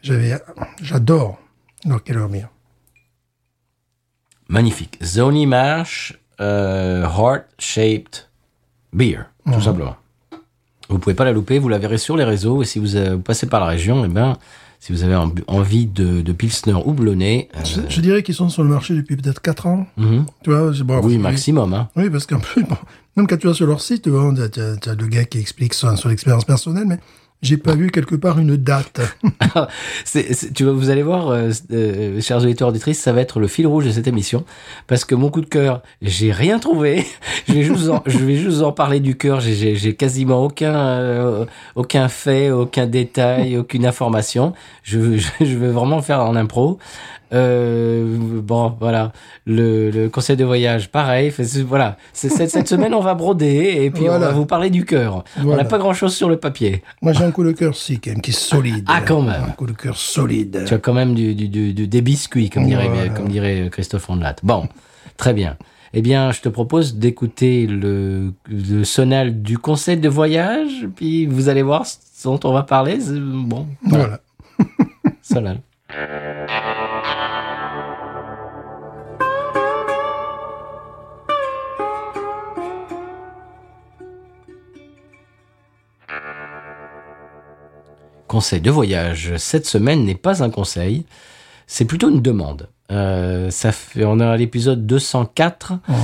j'avais, j'adore Dorkelomir. Magnifique. Zony Marsh, euh, Heart Shaped Beer, tout simplement. Vous pouvez pas la louper, vous la verrez sur les réseaux. Et si vous, euh, vous passez par la région, eh ben, si vous avez en- envie de, de Pilsner houblonné, euh, Je, je dirais qu'ils sont sur le marché depuis peut-être 4 ans. mhm. Tu vois, c'est bon, oui, après, maximum. Hein. Oui, parce qu'en plus, bon, même quand tu vas sur leur site, bon, t'as- t'as t'as le gars qui explique son, son expérience personnelle, mais j'ai pas vu quelque part une date. C'est- c'est- tu vas, vous allez voir, euh, euh, chers auditeurs auditrices, ça va être le fil rouge de cette émission parce que mon coup de cœur, j'ai rien trouvé. (laughs) je vais juste vous en, je vais juste vous en parler du cœur. J'ai- J'ai j'ai quasiment aucun euh, aucun fait, aucun détail, aucune information. Je, je, je vais vraiment le faire en impro. Euh, bon, voilà. Le, le conseil de voyage, pareil. Fait- c'est- Voilà. C'est- Cette, cette semaine, on va broder et puis Voilà. on va vous parler du cœur. On Voilà. n'a pas grand-chose sur le papier. Moi, j'ai un coup de cœur, si, quand même, qui est solide. Ah, quand même. Un coup de cœur solide. Tu as quand même du, du, du- du- des biscuits, comme dirait, Euh, Voilà. comme dirait euh, Christophe Ondelat. Bon, très bien. Eh bien, je te propose d'écouter le, le sonal du conseil de voyage, puis vous allez voir ce dont on va parler. C'est- Bon, voilà, Voilà. sonal. Conseil de voyage. Cette semaine n'est pas un conseil, c'est plutôt une demande. Euh, ça fait, on est à l'épisode 204. Mhm.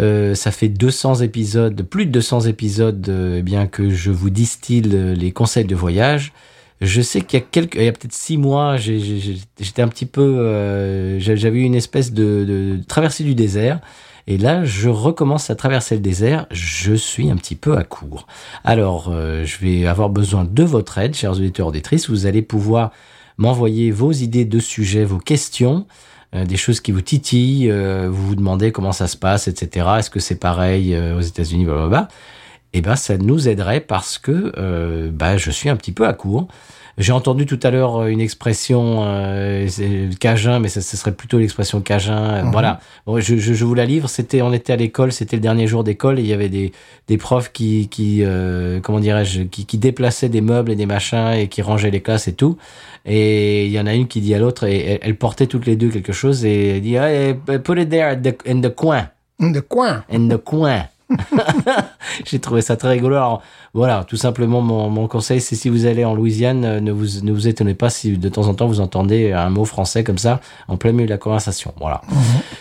Euh, ça fait 200 épisodes, plus de 200 épisodes, euh, eh bien que je vous distille euh, les conseils de voyage. Je sais qu'il y a quelques, il y a peut-être six mois, j'ai- j'ai- j'ai- j'étais un petit peu, euh, j'a- j'avais eu une espèce de, de traversée du désert. Et là, je recommence à traverser le désert. Je suis un petit peu à court. Alors, euh, je vais avoir besoin de votre aide, chers auditeurs auditrices. Vous allez pouvoir m'envoyer vos idées de sujets, vos questions, euh, des choses qui vous titillent. euh, vous vous demandez comment ça se passe, etc. Est-ce que c'est pareil euh, aux États-Unis, blablabla. Eh ben, ça nous aiderait parce que euh, bah, je suis un petit peu à court. J'ai entendu tout à l'heure euh, une expression euh, c'est- cajun, mais ça- ce serait plutôt l'expression cajun. euh, Mhm. Voilà, Bon, je, je, je vous la livre. C'était, on était à l'école, c'était le dernier jour d'école et il y avait des, des profs qui, qui euh, comment dirais-je, qui, qui déplaçaient des meubles et des machins et qui rangeaient les classes et tout. Et il y en a une qui dit à l'autre, et elle, elle portait toutes les deux quelque chose et elle dit, hey, put it there at the- in the coin, De coin. in the coin. (laughs) J'ai trouvé ça très rigolo. Alors, voilà, tout simplement, mon, mon conseil, c'est si vous allez en Louisiane, euh, ne vous, ne vous étonnez pas si de temps en temps vous entendez un mot français comme ça en plein milieu de la conversation. Voilà.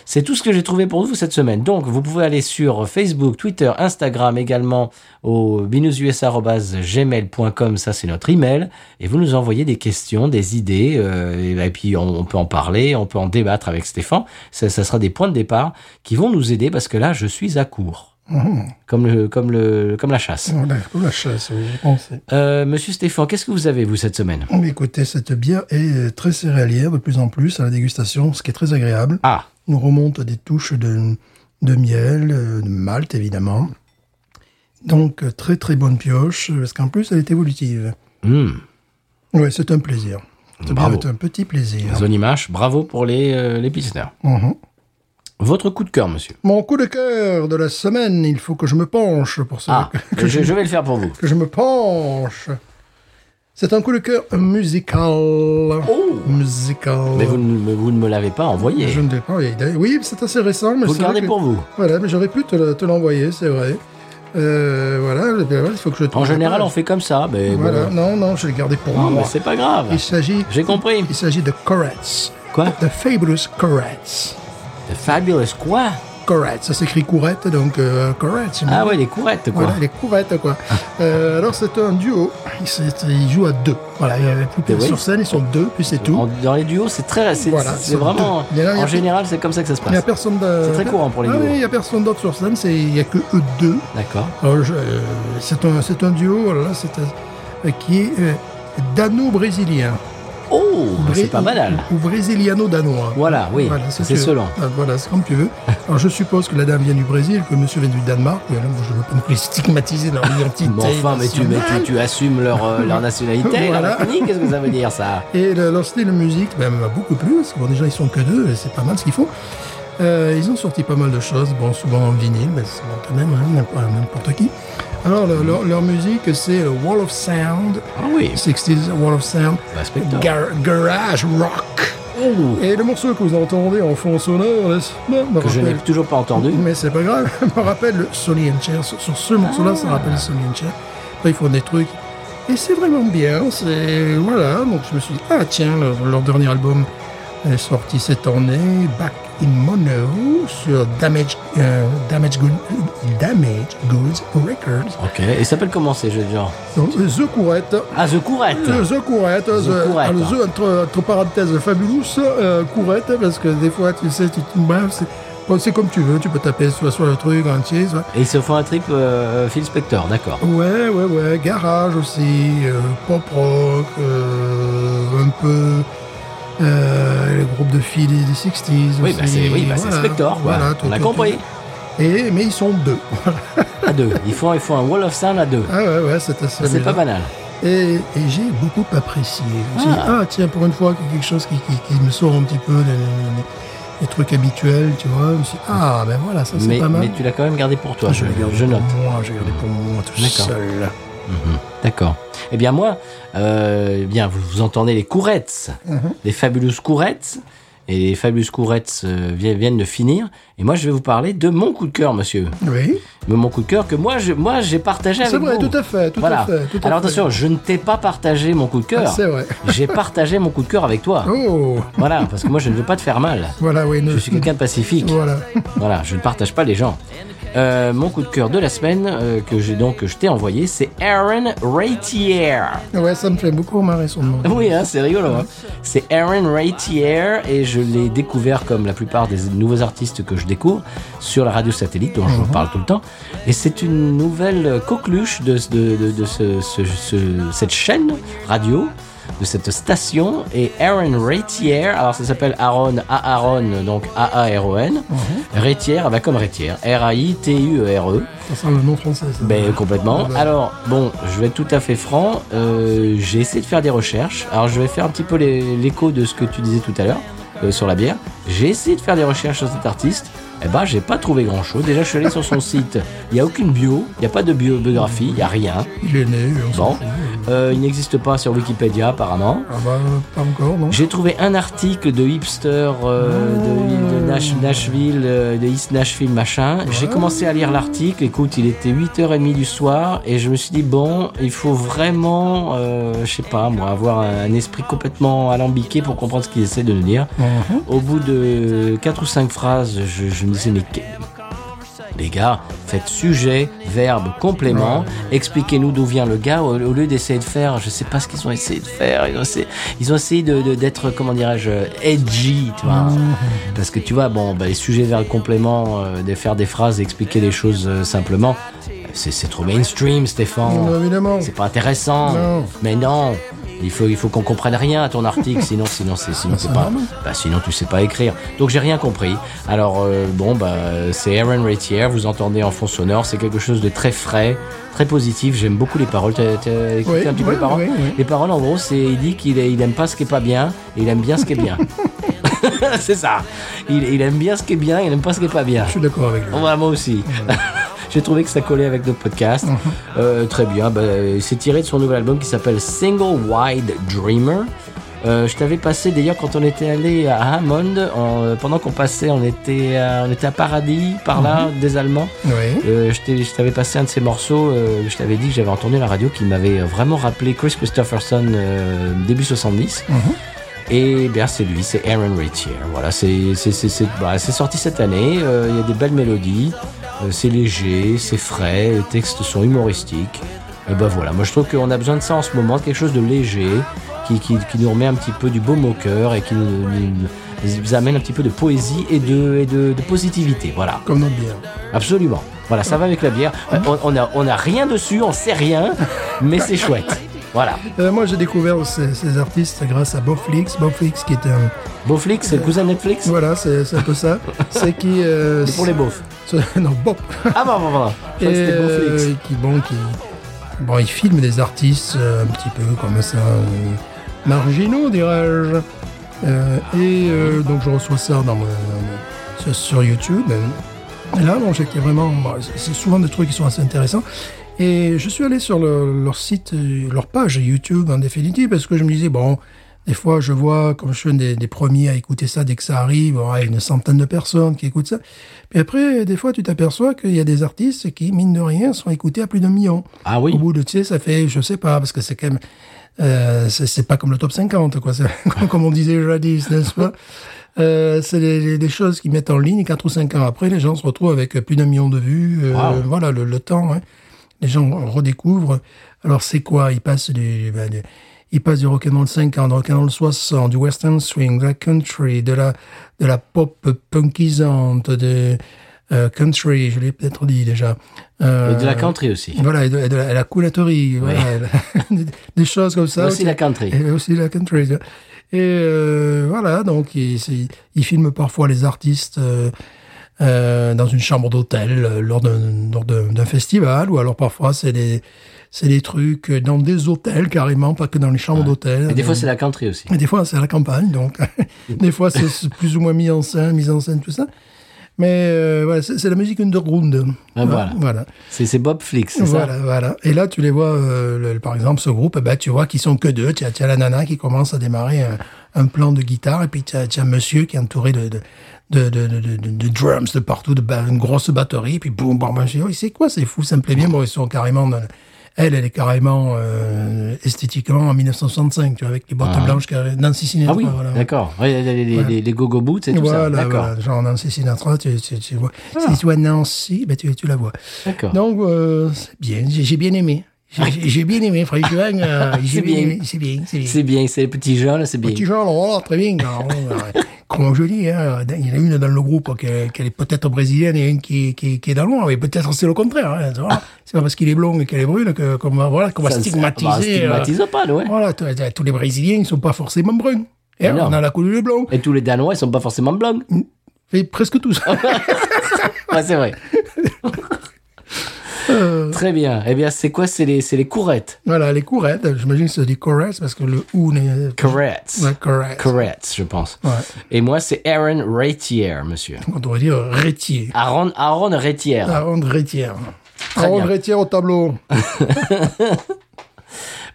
C'est tout ce que j'ai trouvé pour vous cette semaine. Donc, vous pouvez aller sur Facebook, Twitter, Instagram également au binoususa.gmail.com, ça c'est notre email, et vous nous envoyez des questions, des idées, euh, et, et puis on, on peut en parler, on peut en débattre avec Stéphane. Ça, ça sera des points de départ qui vont nous aider parce que là, je suis à court, Mhm. comme, le, comme, le, comme la chasse. Voilà, comme la chasse, oui, j'ai pensé. Euh, Monsieur Stéphane, qu'est-ce que vous avez, vous, cette semaine Mais Écoutez, cette bière est euh, très céréalière de plus en plus à la dégustation, ce qui est très agréable. Ah, nous remonte des touches de, de miel, euh, de malt évidemment. Donc euh, très très bonne pioche, euh, parce qu'en plus elle est évolutive. hmm, Ouais, c'est un plaisir. C'est bien, Bravo. C'est un petit plaisir. zone image, bravo pour les, euh, les pilsners. Mhm. Votre coup de cœur, monsieur Mon coup de cœur de la semaine, il faut que je me penche pour ça. Ah, je, je vais le faire pour vous. Que je me penche. C'est un coup de cœur musical. Musical. Oh. Mais vous, ne- vous ne me l'avez pas envoyé. Je ne l'ai pas. il est- Oui, c'est assez récent. Mais Vous c'est le vrai gardez que- pour vous. Voilà, mais j'aurais pu te, le- te l'envoyer, c'est vrai. Euh, voilà, ben voilà, il faut que je te En général, on fait comme ça, mais bon. Voilà, non, non, je l'ai gardé pour Non, mais moi. c'est pas grave. Il s'agit. J'ai compris. Il s'agit de Corettes. Quoi The Fabulous Corettes. The Fabulous quoi Corettes, ça s'écrit courette, donc euh, Corettes. Ah ouais, les courettes, quoi. Voilà, les courettes, quoi. Ah. Euh, alors, c'est un duo. Ils, c'est- ils jouent à deux. Voilà, il y a plus Eh oui. sur scène, ils sont deux, puis c'est En- tout. dans les duos, c'est très. C'est Voilà, c'est c'est vraiment. deux. Il y en a- il y a- en général, c'est comme ça que ça se Il n'y a passe. personne de- C'est très courant pour les Ah duos. oui, il n'y a personne d'autre sur scène, c'est- il n'y a que eux deux. D'accord. Alors, je- euh, c'est un, c'est un duo, voilà, c'est un- euh, qui est euh, dano-brésilien. Oh, Ou c'est bré- pas ou- banal. Ou, hein. brésiliano-danois. Voilà, oui, si c'est tu veux. selon. Ah, Voilà, c'est comme tu (laughs) veux. Alors, je suppose que la dame vient du Brésil, que le monsieur vient du Danemark, mais là, moi, je veux pas non plus stigmatiser (laughs) leur identité. Mais enfin, mais tu, mais tu, nationale. tu assumes leur, euh, leur nationalité, leur (laughs) Voilà. ethnie, qu'est-ce que ça veut dire ça Et le- leur style de musique ben, m'a beaucoup plu, parce que bon, déjà, ils sont que deux, et c'est pas mal ce qu'ils font. Euh, ils ont sorti pas mal de choses, bon, souvent en vinyle, mais c'est bon, quand même, hein, n'importe n'importe qui. Alors, leur, leur- leur musique, c'est le Wall of Sound, Ah oui, 60s Wall of Sound, respectons. gar- Garage Rock. Ouh, Et le morceau que vous entendez en fond sonore, n'est-ce pas, me Oh. que je n'ai rappelle- toujours pas entendu. Mais c'est pas grave, (laughs) me rappelle le Sony and Cher. Sur, sur ce morceau-là, Ah. ça rappelle Sony and Cher. Après, ils font des trucs. Et c'est vraiment bien. C'est... Voilà, donc je me suis dit, ah tiens, leur, leur dernier album est sorti cette année, Back in Mono, sur Damage, euh, Damage, Good- Damage Goods Records. Ok, et ça s'appelle comment ces jeux de genre Donc, The Courette. Ah, The Courette Le The Courette, the, Courette. alors, the, entre, entre parenthèses fabulous, euh, Courette, parce que des fois tu sais, tu te bref, c'est, bon, c'est comme tu veux, tu peux taper soit, soit le truc entier, soit. Et ils se font un trip euh, Phil Spector, d'accord. Ouais, ouais, ouais, garage aussi, euh, pop rock, euh, un peu. Euh, les groupes de filles des 60s. Oui, aussi, bah c'est oui, bah, c'est voilà, Spector, quoi. voilà, tout- On a tout- compris. tout. Et, mais ils sont deux. (laughs) À deux. Ils font, ils font un Wall of Sound à deux. ah ouais, ouais, c'est assez. C'est pas amusant. banal. Et, et j'ai beaucoup apprécié. Je me suis dit, Ah. ah tiens, pour une fois, quelque chose qui, qui- qui me sort un petit peu des, des- des trucs habituels, tu vois. Je me suis dit, ah ben voilà, ça c'est Mais, pas mal. mais tu l'as quand même gardé pour toi. Ah, je vais garder note. pour moi, je vais garder pour moi tout D'accord. seul. D'accord. Eh bien moi, euh, eh bien vous, vous entendez les courettes, Mhm. les fabuleuses courettes, et les fabuleuses courettes euh, vi- viennent de finir. Et moi je vais vous parler de mon coup de cœur, monsieur. Oui, Mais mon coup de cœur que moi je, moi j'ai partagé avec c'est vrai, vous. tout à fait, tout voilà. à fait. Tout à Alors fait. attention, je ne t'ai pas partagé mon coup de Ah, cœur. c'est vrai. (laughs) j'ai partagé mon coup de cœur avec toi. Oh, Voilà, parce que moi je ne veux pas te faire mal. voilà, oui. Je suis quelqu'un de pacifique. Voilà. Voilà, je ne partage pas les gens. Euh, mon coup de cœur de la semaine euh, que j'ai donc que je t'ai envoyé, c'est Aaron Ratier. Ouais, ça me fait beaucoup marrer son nom. (laughs) Oui, hein, c'est rigolo. hein. C'est Aaron Ratier et je l'ai découvert comme la plupart des nouveaux artistes que je découvre sur la radio satellite dont je vous parle tout le temps. Et c'est une nouvelle coqueluche de, de- de- de ce- ce- ce- cette chaîne radio, de cette station. Et Aaron Ratier, alors ça s'appelle Aaron Aaron, donc A-A-R-O-N. Ratier, ah bah comme Ratier, R-A-I-T-U-E-R-E. Ça sent le nom français, ça. Ben complètement. Alors bon, je vais être tout à fait franc. euh, j'ai essayé de faire des recherches. Alors je vais faire un petit peu les- l'écho de ce que tu disais tout à l'heure euh, sur la bière. J'ai essayé de faire des recherches sur cet artiste. Eh ben j'ai pas trouvé grand chose. Déjà je suis allé sur son site. Il y a aucune bio. Il y a pas de bio- biographie. Il y a rien. Il est né, on s'en Bon, fout. Euh, il n'existe pas sur Wikipédia apparemment. Ah bah, pas encore, non J'ai trouvé un article de hipster euh, de, de Nash- Nashville, euh, de East Nashville, machin. J'ai commencé à lire l'article. Écoute, il était 8h30 du soir et je me suis dit, bon, il faut vraiment, euh, je sais pas, moi, avoir un esprit complètement alambiqué pour comprendre ce qu'il essaie de nous dire. Mhm. Au bout de quatre ou cinq phrases, je, je me disais, mais que- les gars, faites sujet, verbe, complément. Expliquez-nous d'où vient le gars au, au lieu d'essayer de faire. Je sais pas ce qu'ils ont essayé de faire. Ils ont essayé, ils ont essayé de, de- d'être, comment dirais-je, edgy, tu vois. Parce que tu vois, bon, bah, les sujets, verbe, complément, euh, de faire des phrases, expliquer les choses euh, simplement, c'est, c'est trop mainstream, Stéphane. Non, évidemment. C'est pas intéressant. Non. Mais non. Il faut, il faut qu'on comprenne rien à ton (laughs) article, sinon, sinon, c'est, sinon, c'est pas, normal. bah, sinon tu sais pas écrire. Donc j'ai rien compris. Alors euh, bon, bah, c'est Aaron Ratier, vous entendez en fond sonore, c'est quelque chose de très frais, très positif. J'aime beaucoup les paroles. T'as, t'as écouté Oui, un petit peu oui, les paroles oui, oui. Les paroles, en gros, c'est il dit qu'il est- il aime pas ce qui est pas bien, et il aime bien ce qui est (laughs) bien. (laughs) c'est ça. Il, il aime bien ce qui est bien, il aime pas ce qui est pas bien. Je suis d'accord avec lui. Oh, bah, moi aussi. (laughs) J'ai trouvé que ça collait avec notre podcast. Euh, très bien. Bah, euh, c'est tiré de son nouvel album qui s'appelle Single Wide Dreamer. Euh, je t'avais passé d'ailleurs quand on était allé à Hammond, en- euh, pendant qu'on passait, on était, à, on était à Paradis, par là, des Allemands. Oui. Euh, je t'ai- je t'avais passé un de ces morceaux, euh, je t'avais dit que j'avais entendu à la radio qui m'avait euh, vraiment rappelé Chris Christopherson euh, début 70. Et eh bien c'est lui, c'est Aaron Ratier. Voilà, c'est c'est- c'est- c'est- bah, c'est sorti cette année, euh, il y a des belles mélodies, euh, c'est léger, c'est frais, les textes sont humoristiques. Et ben voilà, moi je trouve qu'on a besoin de ça en ce moment, quelque chose de léger, qui, qui, qui nous remet un petit peu du baume au cœur et qui nous, nous- nous amène un petit peu de poésie et de, et de, de positivité. Voilà. Comme notre bière. Absolument. Voilà, ça va avec la bière. Euh, On on a, on a rien dessus, on sait rien, mais c'est chouette. Voilà. Euh, moi, j'ai découvert ces, ces artistes grâce à Bobflix. Bobflix qui est un... Beauflix, c'est le cousin de Netflix Voilà, c'est c'est un (laughs) peu ça. C'est qui... euh, C'est pour les beaufs. c'est- Non, (laughs) Bob. Ah bah, bah, bah. Je crois que c'était euh, Beauflix. qui, bon, qui... Bon, il filme des artistes euh, un petit peu comme ça, euh, marginaux, dirais-je. Euh, et euh, donc, je reçois ça dans mon- sur, sur YouTube. Et là, bon, j'étais vraiment... bon, c'est- C'est souvent des trucs qui sont assez intéressants. Et je suis allé sur le- leur site, euh, leur page YouTube en définitive, parce que je me disais, bon, des fois, je vois, comme je suis un des, des premiers à écouter ça dès que ça arrive, bon, il y a une centaine de personnes qui écoutent ça. Puis après, des fois, tu t'aperçois qu'il y a des artistes qui, mine de rien, sont écoutés à plus d'un million. Ah oui. Au bout de, tu sais, ça fait, je sais pas, parce que c'est quand même, euh, c'est- c'est pas comme le top 50, quoi. C'est- (laughs) comme- comme on disait jadis, n'est-ce pas? Euh, c'est des, des- des choses qui mettent en ligne, quatre ou cinq ans après, les gens se retrouvent avec plus d'un million de vues. euh, Wow. Voilà, le, le temps, hein. les gens redécouvrent. Alors, c'est quoi Ils passent du, ben, du- ils passent du rock'n'roll 50, du rock'n'roll 60, du western swing, de la country, de la, de la pop punkisante, de euh, country, je l'ai peut-être dit déjà. Euh, Et de la country aussi. voilà, et de, et de la, la coulaterie, voilà, (laughs) des, des choses comme ça. Et aussi la country. Et aussi la country. tu vois. Et euh, voilà, donc il, c'est- il filme parfois les artistes euh, euh, dans une chambre d'hôtel euh, lors d'un lors d'un- d'un festival, ou alors parfois c'est des c'est des trucs dans des hôtels carrément, pas que dans les chambres d'hôtel. Et des fois, Euh, c'est la country aussi. et des fois, c'est à la (laughs) campagne, donc des fois, c'est c'est plus ou moins mis en scène, mise en scène, tout ça. Mais euh, voilà, c'est c'est la musique underground. Ah, voilà. voilà. C'est c'est Bob Flix, c'est ça Voilà, voilà. Et là, tu les vois, euh, le- par exemple, ce groupe, eh ben, tu vois qu'ils sont que deux. Tu as, tu as la nana qui commence à démarrer un, un plan de guitare, et puis tu as, tu as monsieur qui est entouré de, de, de, de, de, de- de- de drums de partout, de ba- une grosse batterie, puis boum, bam, bam. Je dis, oui, c'est quoi, c'est fou, ça me plaît bien. Bon, ils sont carrément dans le- Elle, elle est carrément euh, esthétiquement en 1965, tu vois, avec les bottes blanches, carré- Nancy Sinatra. Ah oui, voilà. d'accord. Ouais, les, les, les, les gogo boots et tout ça. Voilà, D'accord. Ah. voilà, genre Nancy Sinatra, tu, tu, tu vois. Si tu vois Nancy, ben, tu, tu la vois. D'accord. Donc, euh, c'est bien, j'ai j'ai bien aimé. J'ai- J'ai j'ai bien aimé, franchement. (laughs) euh, j'ai C'est bien bien. aimé, c'est bien, c'est bien. C'est bien, c'est les petits jeunes, c'est bien. Petit genre, voilà, très bien. Alors, (laughs) euh, Comment je dis, hein, il y en a une dans le groupe qui qui est peut-être brésilienne et une qui, qui, qui est dans le noir, mais peut-être c'est le contraire. hein, tu vois. c'est pas parce qu'il est blond et qu'elle est brune que- qu'on va, voilà, qu'on va Ah. Ça ne- stigmatiser. bah, euh, stigmatise pas, ouais. voilà, t- t- tous les Brésiliens, ils sont pas forcément bruns. Et non. on a la couleur de blond, Et tous les Danois, ils sont pas forcément blancs. et presque tous. Ah, Ouais, c'est vrai. Euh. Très bien. Eh bien, c'est quoi C'est les, c'est les courettes. voilà, les courettes, j'imagine que c'est des courettes parce que le ou n'est. Courettes. Ouais, correct. Courettes, je pense. Ouais. Et moi, c'est Aaron Retier, monsieur. On devrait dire rétier. Aaron, Aaron Retier. Aaron Rétière. Aaron bien. Rétière au tableau.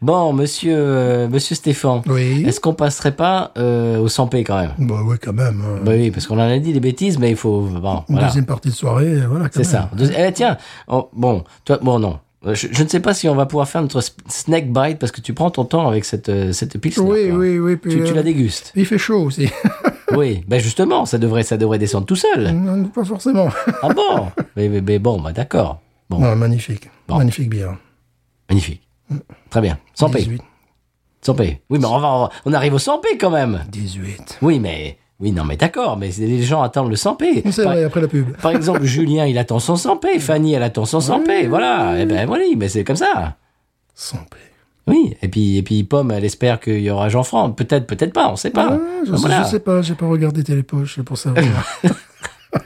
Bon, monsieur, euh, monsieur Stéphane. Oui. Est-ce qu'on passerait pas euh, au 100p quand même Bah oui, quand même. hein. Bah oui, parce qu'on en a dit des bêtises, mais il faut. Bon, Une voilà. Deuxième partie de soirée, euh, voilà. quand C'est même. ça. Deuxi- Eh, tiens, oh, bon, toi, bon, non. Euh, Je, je ne sais pas si on va pouvoir faire notre s- snack bite parce que tu prends ton temps avec cette, euh, cette pilsner. Oui, quoi. oui, oui. Puis, Tu, tu euh, la dégustes. Il fait chaud aussi. (laughs) oui, ben justement, ça devrait, ça devrait descendre tout seul. non, pas forcément. ah bon mais, mais- mais bon, bah d'accord. Bon, Non, magnifique. Bon. Magnifique bière. magnifique. Très bien. 100 p. 18. 100 p. Oui, mais on, va, on, va- on arrive au 100 p quand même. 18. Oui, mais. Oui, non, mais d'accord, mais c'est- les gens attendent le 100 p. C'est vrai, après la pub. Par exemple, Julien, il attend son 100p, Fanny, elle attend son 100p, voilà. Eh ben voilà, mais c'est comme ça. Sans paix. Oui, et puis, et puis Pomme, elle espère qu'il y aura Jean-Franc. Peut-être, peut-être pas, on sait pas. Ah, je, ben Voilà. sais, je sais pas, j'ai pas regardé Télépoche c'est (laughs) pour savoir.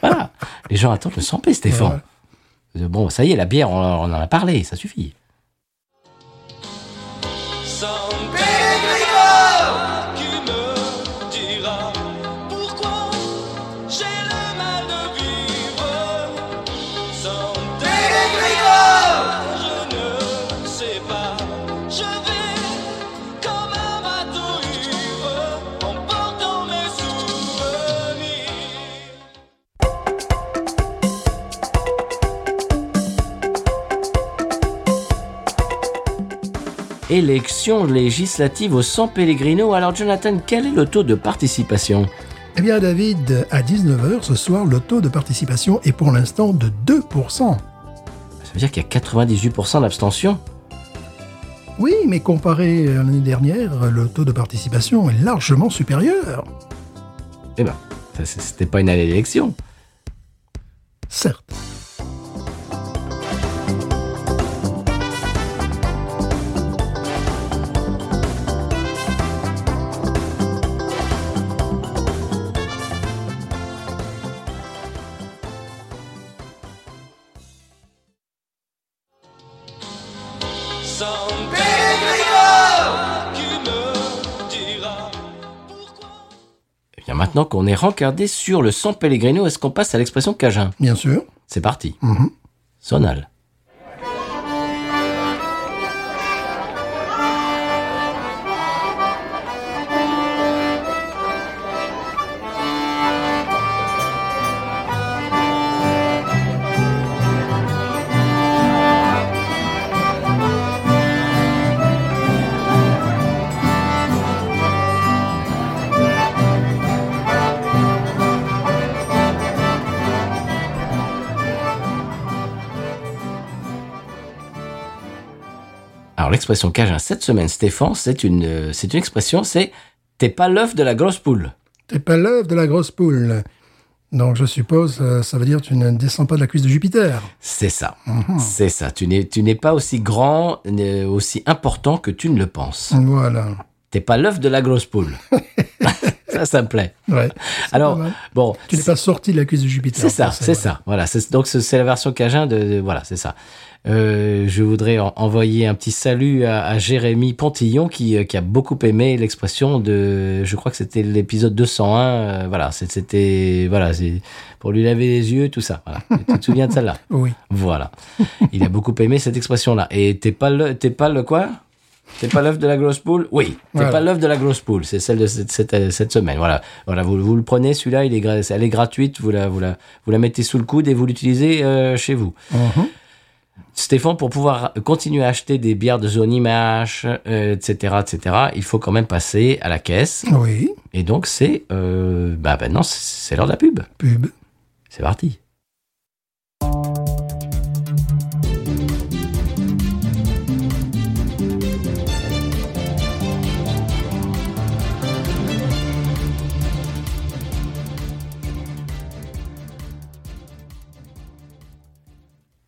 Voilà. Les gens attendent le 100p, Stéphane. Euh, Bon, ça y est, la bière, on, on en a parlé, ça suffit. Sans pègre qui me dira pourquoi j'ai le mal de vivre. Sans pègre je ne sais pas. Je vais comme un bateau ivre en portant mes souvenirs. Élection législative au 100 Pellegrino. Alors, Jonathan, quel est le taux de participation eh bien, David, à 19h ce soir, le taux de participation est pour l'instant de 2%. Ça veut dire qu'il y a 98% d'abstention. Oui, mais comparé à l'année dernière, le taux de participation est largement supérieur. Eh ben, ça, c'est- c'était pas une année d'élection. Certes. Eh maintenant qu'on est rencardé sur le San Pellegrino, est-ce qu'on passe à l'expression Cajun bien sûr. C'est parti. Sonal. Alors l'expression Cajun cette semaine, Stéphane, c'est une, euh, c'est une expression, c'est t'es pas l'œuf de la grosse poule. T'es pas l'œuf de la grosse poule. Donc, je suppose, euh, ça veut dire tu ne descends pas de la cuisse de Jupiter. Mhm. C'est ça. Mm. C'est ça. Tu n'es, tu n'es pas aussi grand, euh, aussi important que tu ne le penses. Voilà. T'es pas l'œuf de la grosse (laughs) poule. ça, ça me plaît. Ouais. Alors, pas mal. bon. Tu n'es pas sorti de la cuisse de Jupiter. C'est ça, en français, c'est voilà. ça. Voilà, c'est- donc ce- c'est la version Cajun de, de- voilà, c'est ça. Euh, je voudrais en- envoyer un petit salut à, à Jérémy Pontillon qui, euh, qui a beaucoup aimé l'expression de, je crois que c'était l'épisode 201. euh, voilà, c'est- c'était voilà, c'est pour lui laver les yeux, tout ça. Voilà. Tu- tu te souviens de celle-là Oui. Voilà. Il a beaucoup aimé cette expression-là. Et t'es pas le, t'es pas le quoi T'es pas l'œuf de la grosse poule Oui, t'es Voilà. pas l'œuf de la grosse poule. C'est celle de cette, cette, cette semaine. Voilà, voilà. Vous, vous le prenez celui-là, il est, gra- elle est gratuite. Vous la, vous la, vous la mettez sous le coude et vous l'utilisez euh, chez vous. Mhm. Stéphane, pour pouvoir continuer à acheter des bières de zone image, euh, etc., etc., il faut quand même passer à la caisse. Oui. Et donc c'est, euh, bah maintenant c'est- c'est l'heure de la pub. Pub. C'est parti.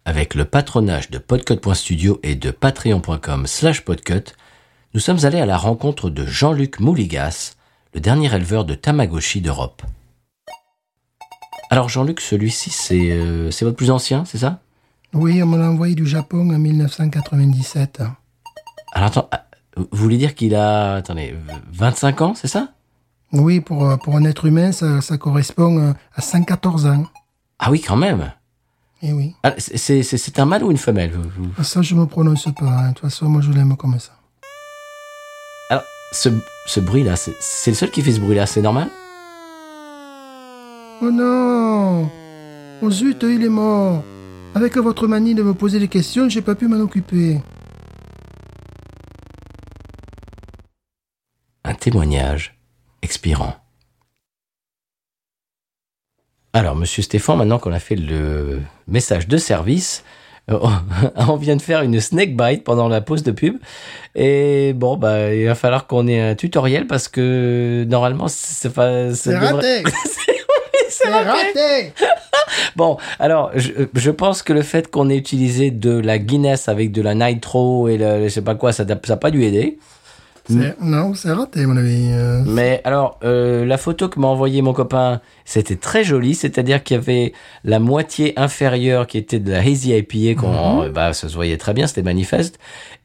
Avec le patronage de podcut.studio et de patreon.com slash podcut, nous sommes allés à la rencontre de Jean-Luc Mouligas, le dernier éleveur de Tamagotchi d'Europe. Alors Jean-Luc, celui-ci, c'est euh, c'est votre plus ancien, c'est ça Oui, on me l'a envoyé du Japon en 1997. Alors attends, ah, vous voulez dire qu'il a, attendez, 25 ans, c'est ça Oui, pour, euh, pour un être humain, ça, ça correspond euh, à 114 ans. Ah oui, quand même Eh oui. Ah, Ah, c'est- C'est c'est- c'est un mâle ou une femelle vous- vous- Ça, je me prononce pas. hein. De toute façon, moi, je l'aime comme ça. Alors, ce, ce bruit-là, c'est- c'est le seul qui fait ce bruit-là, c'est normal Oh non Oh zut, il est mort Avec votre manie de me poser des questions, j'ai pas pu m'en occuper. Un témoignage expirant. Alors, monsieur Stéphane, maintenant qu'on a fait le message de service, euh, (laughs) on vient de faire une snake bite pendant la pause de pub. Et bon, bah, il va falloir qu'on ait un tutoriel parce que normalement, c'est pas. C'est raté (laughs) C'est raté. Bon, alors, je, je pense que le fait qu'on ait utilisé de la Guinness avec de la Nitro et le, je sais pas quoi, ça n'a pas dû aider. C'est- Non, c'est raté, à mon avis. Euh, Mais alors, euh, la photo que m'a envoyée mon copain, c'était très joli. C'est-à-dire qu'il y avait la moitié inférieure qui était de la Hazy IPA, Mhm. qu'on, bah, ça se voyait très bien, c'était manifeste.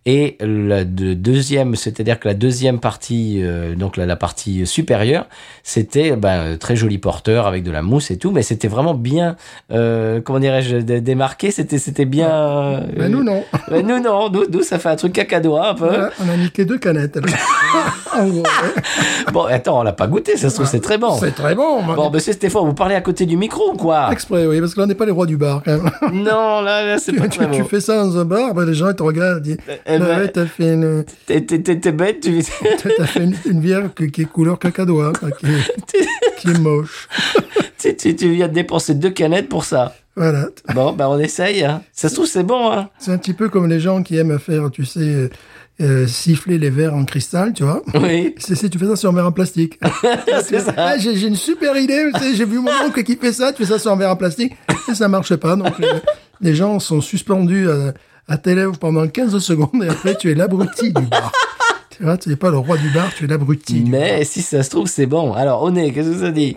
Et la de- deuxième, c'est-à-dire que la deuxième partie, euh, donc la, la partie supérieure, c'était bah, un très joli porteur avec de la mousse et tout, mais c'était vraiment bien, euh, comment dirais-je, dé- démarqué. C'était, c'était bien. euh, ben nous, non. Ben, nous, non. Nous, nous, ça fait un truc cacadois un peu. Voilà, on a niqué deux (laughs) canettes. là. en gros, ouais. Bon, attends, on l'a pas goûté, ça se trouve, c'est très bon. C'est très bon. moi. Oh. Bon, monsieur Stéphane, vous parlez à côté du micro ou quoi Exprès, oui, parce que là, on n'est pas les rois du bar. quand même. Non, là, là c'est pas (laughs) tu, très tu bon. fais ça dans un bar, ben, les gens ils te regardent et disent eh ben- Ouais, T'as fait, une, T'es- T'es t'es- t'es bête, tu... (laughs) t'as fait une, une bière qui, qui est couleur cacadois, enfin, (laughs) qui, est- qui est moche. tu, tu- tu viens de dépenser deux canettes pour ça. Voilà. Bon, bah on essaye. hein. Ça se trouve, c'est bon. Hein. C'est un petit peu comme les gens qui aiment faire, tu sais, euh, euh, siffler les verres en cristal, tu vois. Oui, C'est si tu fais ça sur un verre en plastique. (laughs) (laughs) c'est ça. Ah, j'ai j'ai une super idée, tu sais, j'ai vu mon oncle qui fait ça, tu fais ça sur un verre en plastique, et ça marche pas. Donc euh, les gens sont suspendus à, à tes lèvres pendant 15 secondes et après tu es l'abruti du bar. Tu vois, tu n'es pas le roi du bar, tu es l'abruti. du bar. Mais si ça se trouve, c'est bon. Alors, au nez, qu'est-ce que ça dit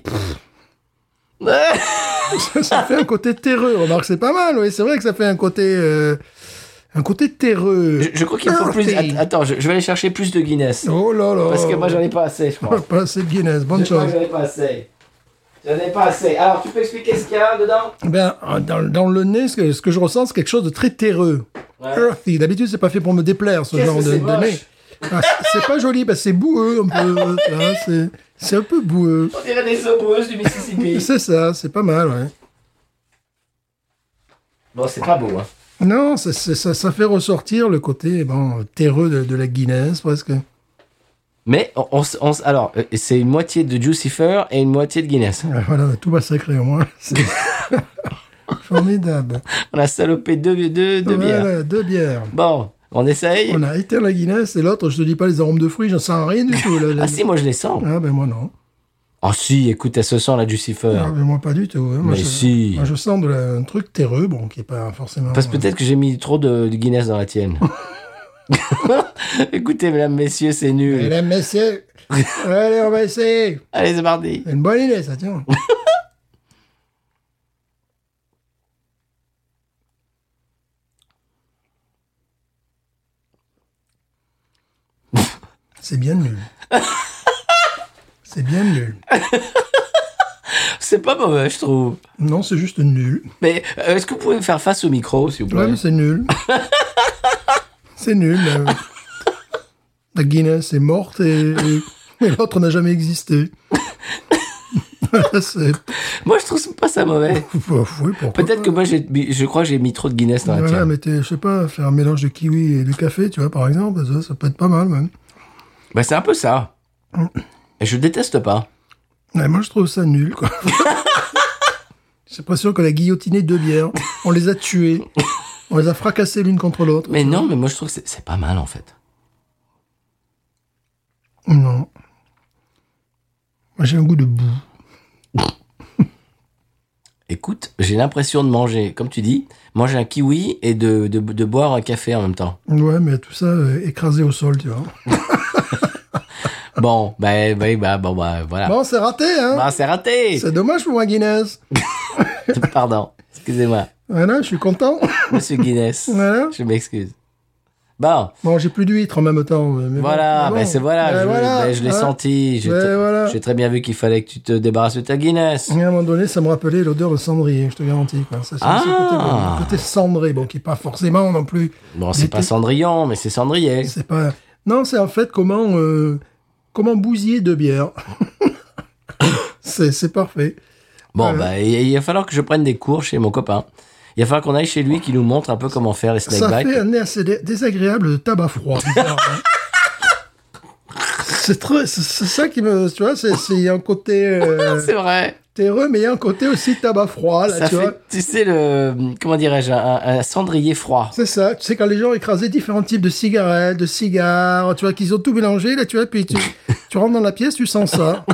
ça fait un côté terreux, remarque, c'est pas mal, oui, c'est vrai que ça fait un côté... euh, Un côté (laughs) terreux. Je, je crois qu'il faut plus. earthy. att- Attends, je, je vais aller chercher plus de Guinness. Ah, Oh là là. Parce que moi, j'en ai pas assez, je crois. Pas assez de Guinness, Je bonne crois chose. que j'en ai pas assez. J'en ai pas assez. Alors, tu peux expliquer ce qu'il y a dedans Ben, dans, dans le nez, ce que, ce que je ressens, c'est quelque chose de très terreux. Earthy. D'habitude, c'est pas fait pour me déplaire, ce Qu'est-ce genre que de, c'est de moche nez. Ah, c'est- c'est pas joli, parce que c'est boueux un peu. là, c'est- c'est un peu boueux. On dirait des ombres du (laughs) Mississippi. C'est ça, c'est pas mal, ouais. bon, c'est pas beau, hein. Non, ça, ça- ça- ça fait ressortir le côté bon, terreux de, de la Guinness, presque. Mais, on, on s- on s- alors, euh, c'est une moitié de Jucifer et une moitié de Guinness. (laughs) Ah, Voilà, tout massacré au moins. (laughs) C'est formidable. On a salopé deux, deux, deux bières. Voilà, deux bières. Bon, on essaye On a éteint la Guinness et l'autre, je te dis pas les arômes de fruits, j'en sens rien du tout. là, là. Ah si, moi je les sens. Ah, ben moi non. Ah si, écoute, elle se sent la Jucifer. Ah, ben moi pas du tout. hein. Moi, Mais je, si. moi, je sens de la- un truc terreux, bon, qui est pas forcément. Parce que peut-être que j'ai mis trop de, de Guinness dans la (laughs) tienne. (laughs) Écoutez, mesdames, messieurs, c'est nul. (laughs) Mesdames, messieurs, allez, on va essayer. Allez, c'est parti. C'est une bonne idée, ça, tiens. C'est bien nul. C'est bien nul. C'est pas mauvais, je trouve. Non, c'est juste nul. Mais euh, est-ce que vous pouvez me faire face au micro, s'il vous Ouais, plaît mais c'est nul. c'est nul. euh. La Guinness est morte et, et- et l'autre n'a jamais existé. (laughs) C'est- Moi, je trouve pas ça (laughs) mauvais. oui, pourquoi Peut-être que pas. moi, j'ai mis- je crois que j'ai mis trop de Guinness dans la Voilà, tienne. mais t'es- je sais pas, faire un mélange de kiwi et de café, tu vois, par exemple, ça, ça peut être pas mal, même. Bah, c'est un peu ça. Mm. Et je déteste pas. Ouais, moi, je trouve ça (laughs) nul, quoi. J'ai l'impression qu'on a guillotiné deux bières. On les a tuées. On les a fracassées l'une contre l'autre. Mais non, mais moi, je trouve que c'est- c'est pas mal, en fait. Non. Moi, j'ai un goût de boue. Écoute, j'ai l'impression de manger, comme tu dis, manger un kiwi et de, de, de boire un café en même (laughs) temps. Ouais, mais tout ça euh, écrasé au sol, tu vois. Bon, bah, bah, bah, bon, bah, voilà. Bon, c'est raté, hein Bah, c'est raté C'est dommage pour un Guinness. (laughs) Pardon, excusez-moi. Voilà, je suis content. Monsieur Guinness, (laughs) Voilà. je m'excuse. Bon, Bon, j'ai plus d'huîtres en même temps. euh, mais bon, voilà, mais bon. ben c'est voilà, Ben je, ben je l'ai hein. senti. J'ai Ben tr- voilà. j'ai très bien vu qu'il fallait que tu te débarrasses de ta Guinness. Et à un moment donné, ça me rappelait l'odeur de cendrier, je te garantis. Quoi. Ça, c'est Ah. c'est le côté, bon, le côté cendré, bon, qui n'est pas forcément non plus. Bon, c'est pas L'été. Cendrillon, mais c'est Cendrier. C'est pas. Non, c'est en fait comment euh, comment bousiller deux bières. (laughs) c'est c'est parfait. Bon, Voilà. bah, il il va falloir que je prenne des cours chez mon copain. Il va falloir qu'on aille chez lui qui nous montre un peu comment faire les ça snake fait bites. un nez assez dé- désagréable de tabac froid. bizarre, hein. C'est très- c'est- c'est ça qui me, tu vois, c'est c'est- il y a un côté euh, C'est vrai. terreux, mais il y a un côté aussi tabac froid, là, ça tu fait, vois. tu sais, le, comment dirais-je, un, un cendrier froid. C'est ça, tu sais, quand les gens écrasaient différents types de cigarettes, de cigares, tu vois, qu'ils ont tout mélangé, là, tu vois, puis (laughs) tu, tu rentres dans la pièce, tu sens ça.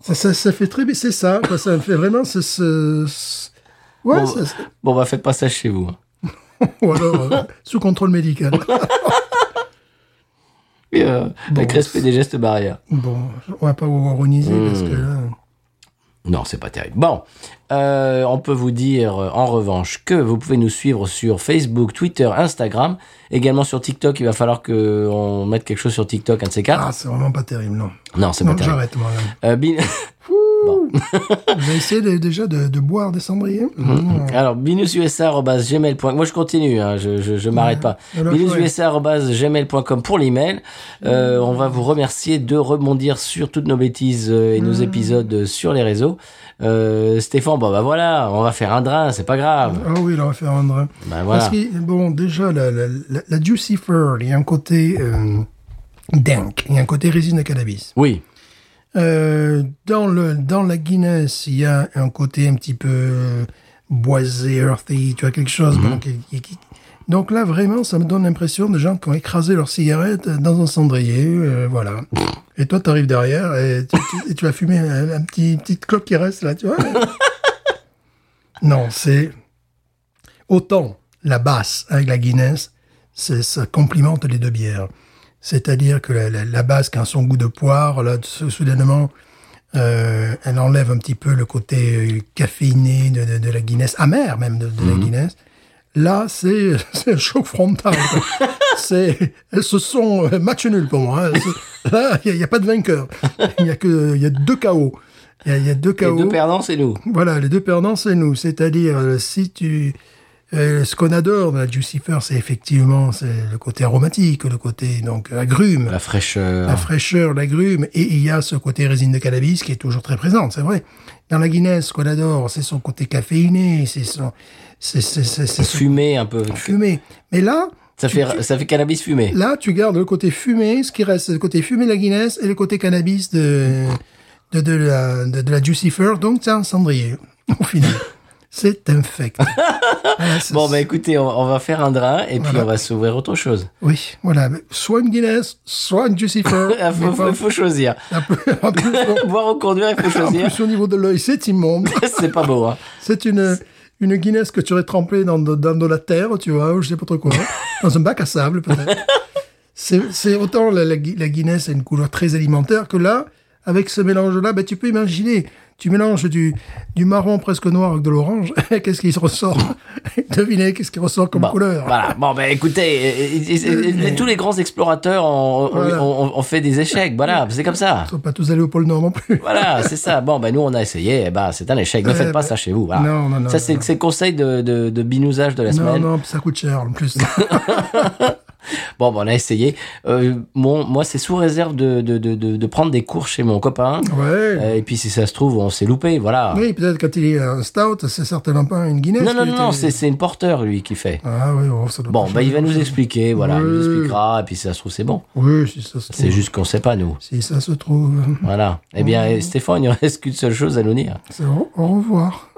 ça, ça, ça fait très bien, c'est ça, quoi, ça me fait vraiment ce. ce- ce- Ouais, Bon. ça- ça- Bon, bah, faites pas ça chez vous. ou alors, euh, sous contrôle médical. Et, euh, avec Bon. respect des gestes barrières. bon, on va pas vous waroniser, Hmm. parce que euh, là. Non, c'est pas terrible. Bon, euh, on peut vous dire euh, en revanche que vous pouvez nous suivre sur Facebook, Twitter, Instagram, également sur TikTok. Il va falloir que on mette quelque chose sur TikTok, un de ces quatre. Ah, c'est vraiment pas terrible, non. non, c'est pas Non, terrible. j'arrête, moi. là. Euh, Bin- (laughs) Vous avez essayé de- déjà de, de boire des cendriers Non. Alors, binususa.gmail.com. Moi, je continue, hein, je, je, je m'arrête pas. Alors, binususa.gmail.com pour l'email. Euh, on va vous remercier de rebondir sur toutes nos bêtises euh, et nos épisodes euh, sur les réseaux. Euh, Stéphane, bon, bah voilà, on va faire un drain, c'est pas grave. Ah oui, là, on va faire un drain. Bah voilà. Parce que, bon, déjà, la, la, la, la Juicy Fur, il y a un côté euh, dank, il y a un côté résine de cannabis. Oui. Euh, dans, le, dans la Guinness, il y a un côté un petit peu euh, boisé, earthy, tu vois, quelque chose. bon, qui- qui- qui- donc là, vraiment, ça me donne l'impression de gens qui ont écrasé leur cigarette dans un cendrier, euh, voilà. Et toi, t'arrives derrière et tu, tu- et tu vas fumer un, un petit, petite clope qui reste là, tu vois. non, c'est... Autant la basse avec la Guinness, c'est- ça complimente les deux bières. C'est-à-dire que la, la- la basse qui a son goût de poire, là, sou- soudainement, euh, elle enlève un petit peu le côté euh, caféiné de, de- de la Guinness, amer même de, de la Guinness. Là, c'est (laughs) c'est un choc frontal. quoi. c'est elles se sont euh, match nul pour moi. hein. C'est- Là, il n'y a, pas de vainqueur. Il y a que il y a deux KO. Il y a- il y, a deux Les KO. deux perdants, c'est nous. Voilà, les deux perdants, c'est nous. C'est-à-dire, euh, si tu... euh, ce qu'on adore dans la Jucifer, c'est effectivement c'est le côté aromatique, le côté donc agrume, La fraîcheur. la fraîcheur, l'agrume, et il y a ce côté résine de cannabis qui est toujours très présente, c'est vrai. Dans la Guinness, ce qu'on adore, c'est son côté caféiné, c'est son... C'est c'est- c'est- c'est ce fumée un peu. fumé. Mais là, Ça tu- tu- fait, ça fait cannabis fumé. là, tu gardes le côté fumé, ce qui reste, c'est le côté fumé de la Guinness et le côté cannabis de, de, de la, de, de la Jucifer. Donc, c'est un cendrier. (laughs) Au final, (laughs) c'est infect. Voilà, c'est- Bon, bah écoutez, on, on va faire un drain et puis Voilà. on va s'ouvrir autre chose. (laughs) Oui, voilà. mais Soit une Guinness, soit une Jucifer. (laughs) Il Mais faut, pas- faut- faut choisir. un peu- (laughs) un peu- Boire ou conduire, il faut (laughs) en choisir. plus, au niveau de l'œil, c'est immonde. (laughs) c'est pas beau, hein. C'est une, une Guinness que tu aurais trempée dans, de- dans de la terre, tu vois, ou je sais pas (laughs) trop quoi. dans un bac à sable, peut-être. C'est c'est autant la, la, Gui- la Guinness a une couleur très alimentaire que là, avec ce mélange-là, ben, tu peux imaginer. Tu mélanges du, du marron presque noir avec de l'orange. (laughs) qu'est-ce qui se ressort (laughs) Devinez, qu'est-ce qui ressort comme Bon, couleur Voilà. Bon, ben écoutez, euh, euh, euh, tous les grands explorateurs ont, ont- Voilà. ont- ont fait des échecs. Voilà, c'est comme ça. Ils sont pas tous allés au pôle Nord non plus. Voilà, c'est ça. Bon, ben nous, on a essayé. Eh ben, c'est un échec. Ne Eh faites pas ben, ça chez vous. Voilà. non, non, non, Bah, Ça, c'est non. c'est le conseil de, de, de binousage de la Non, semaine. non, puis ça coûte cher (laughs) en plus. Bon, ben, on a essayé. Euh, mon, moi, c'est sous réserve de, de, de, de, de prendre des cours chez mon copain. ouais. Euh, Et puis, si ça se trouve, on s'est loupé. Voilà. Oui, peut-être quand il est un stout, c'est certainement pas une Guinness. non, non, qui non, était- non, c'est c'est une porteur, lui, qui fait. Ah oui, oh, ça doit Bon, pas ben, il va changer. nous expliquer. Voilà, il nous Oui. expliquera. Et puis, si ça se trouve, c'est bon. Oui, si ça se trouve. C'est juste qu'on sait pas, nous. Si ça se trouve. Voilà. Eh bien, Oh. eh, Stéphane, il ne reste qu'une seule chose à nous (laughs) dire. C'est au, au revoir.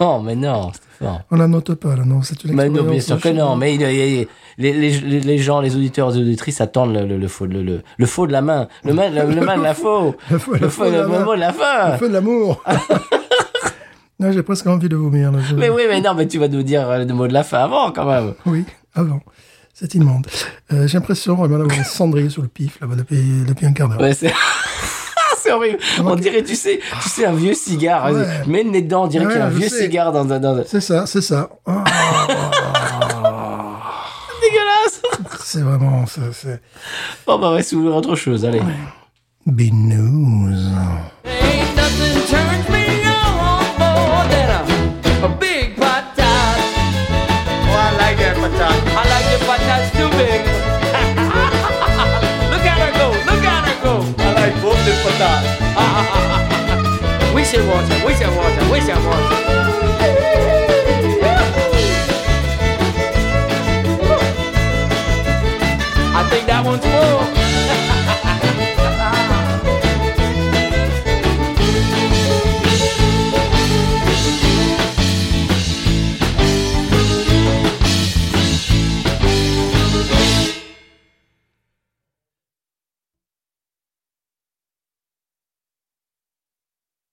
Non, mais non, Stéphane. On la note pas, là, non, c'est une Mais Bah, non, bien expérience sûr que machin. non. Mais il- il- les, les, les- les gens, les auditeurs et les auditrices attendent le, le, le faux, le, le, le faux de la main. Le, main, le, le main de la faux. (laughs) Le faux- le faux de le la main. mot de la Le fin. feu de (laughs) l'amour. Là, j'ai presque envie de vomir. Là, je- Mais oui, mais non, mais tu vas nous dire euh, le mot de la fin avant, quand même. Oui, avant. C'est immonde. Euh, j'ai l'impression vraiment d'avoir un cendrier sur le pif là-bas depuis, depuis un quart d'heure. Ouais, c'est... (laughs) c'est horrible. On dirait, tu sais, tu sais, un vieux cigare. Ouais. Mets le nez dedans, on dirait Ouais, qu'il y a un je vieux sais. cigare dans un... Dans... un- C'est ça, c'est ça. Ah, Dégueulasse. (laughs) c'est vraiment. c'est- C'est. Bon, bah, on va s'ouvrir autre chose, allez. Big news. Ain't nothing turns me (laughs) (laughs)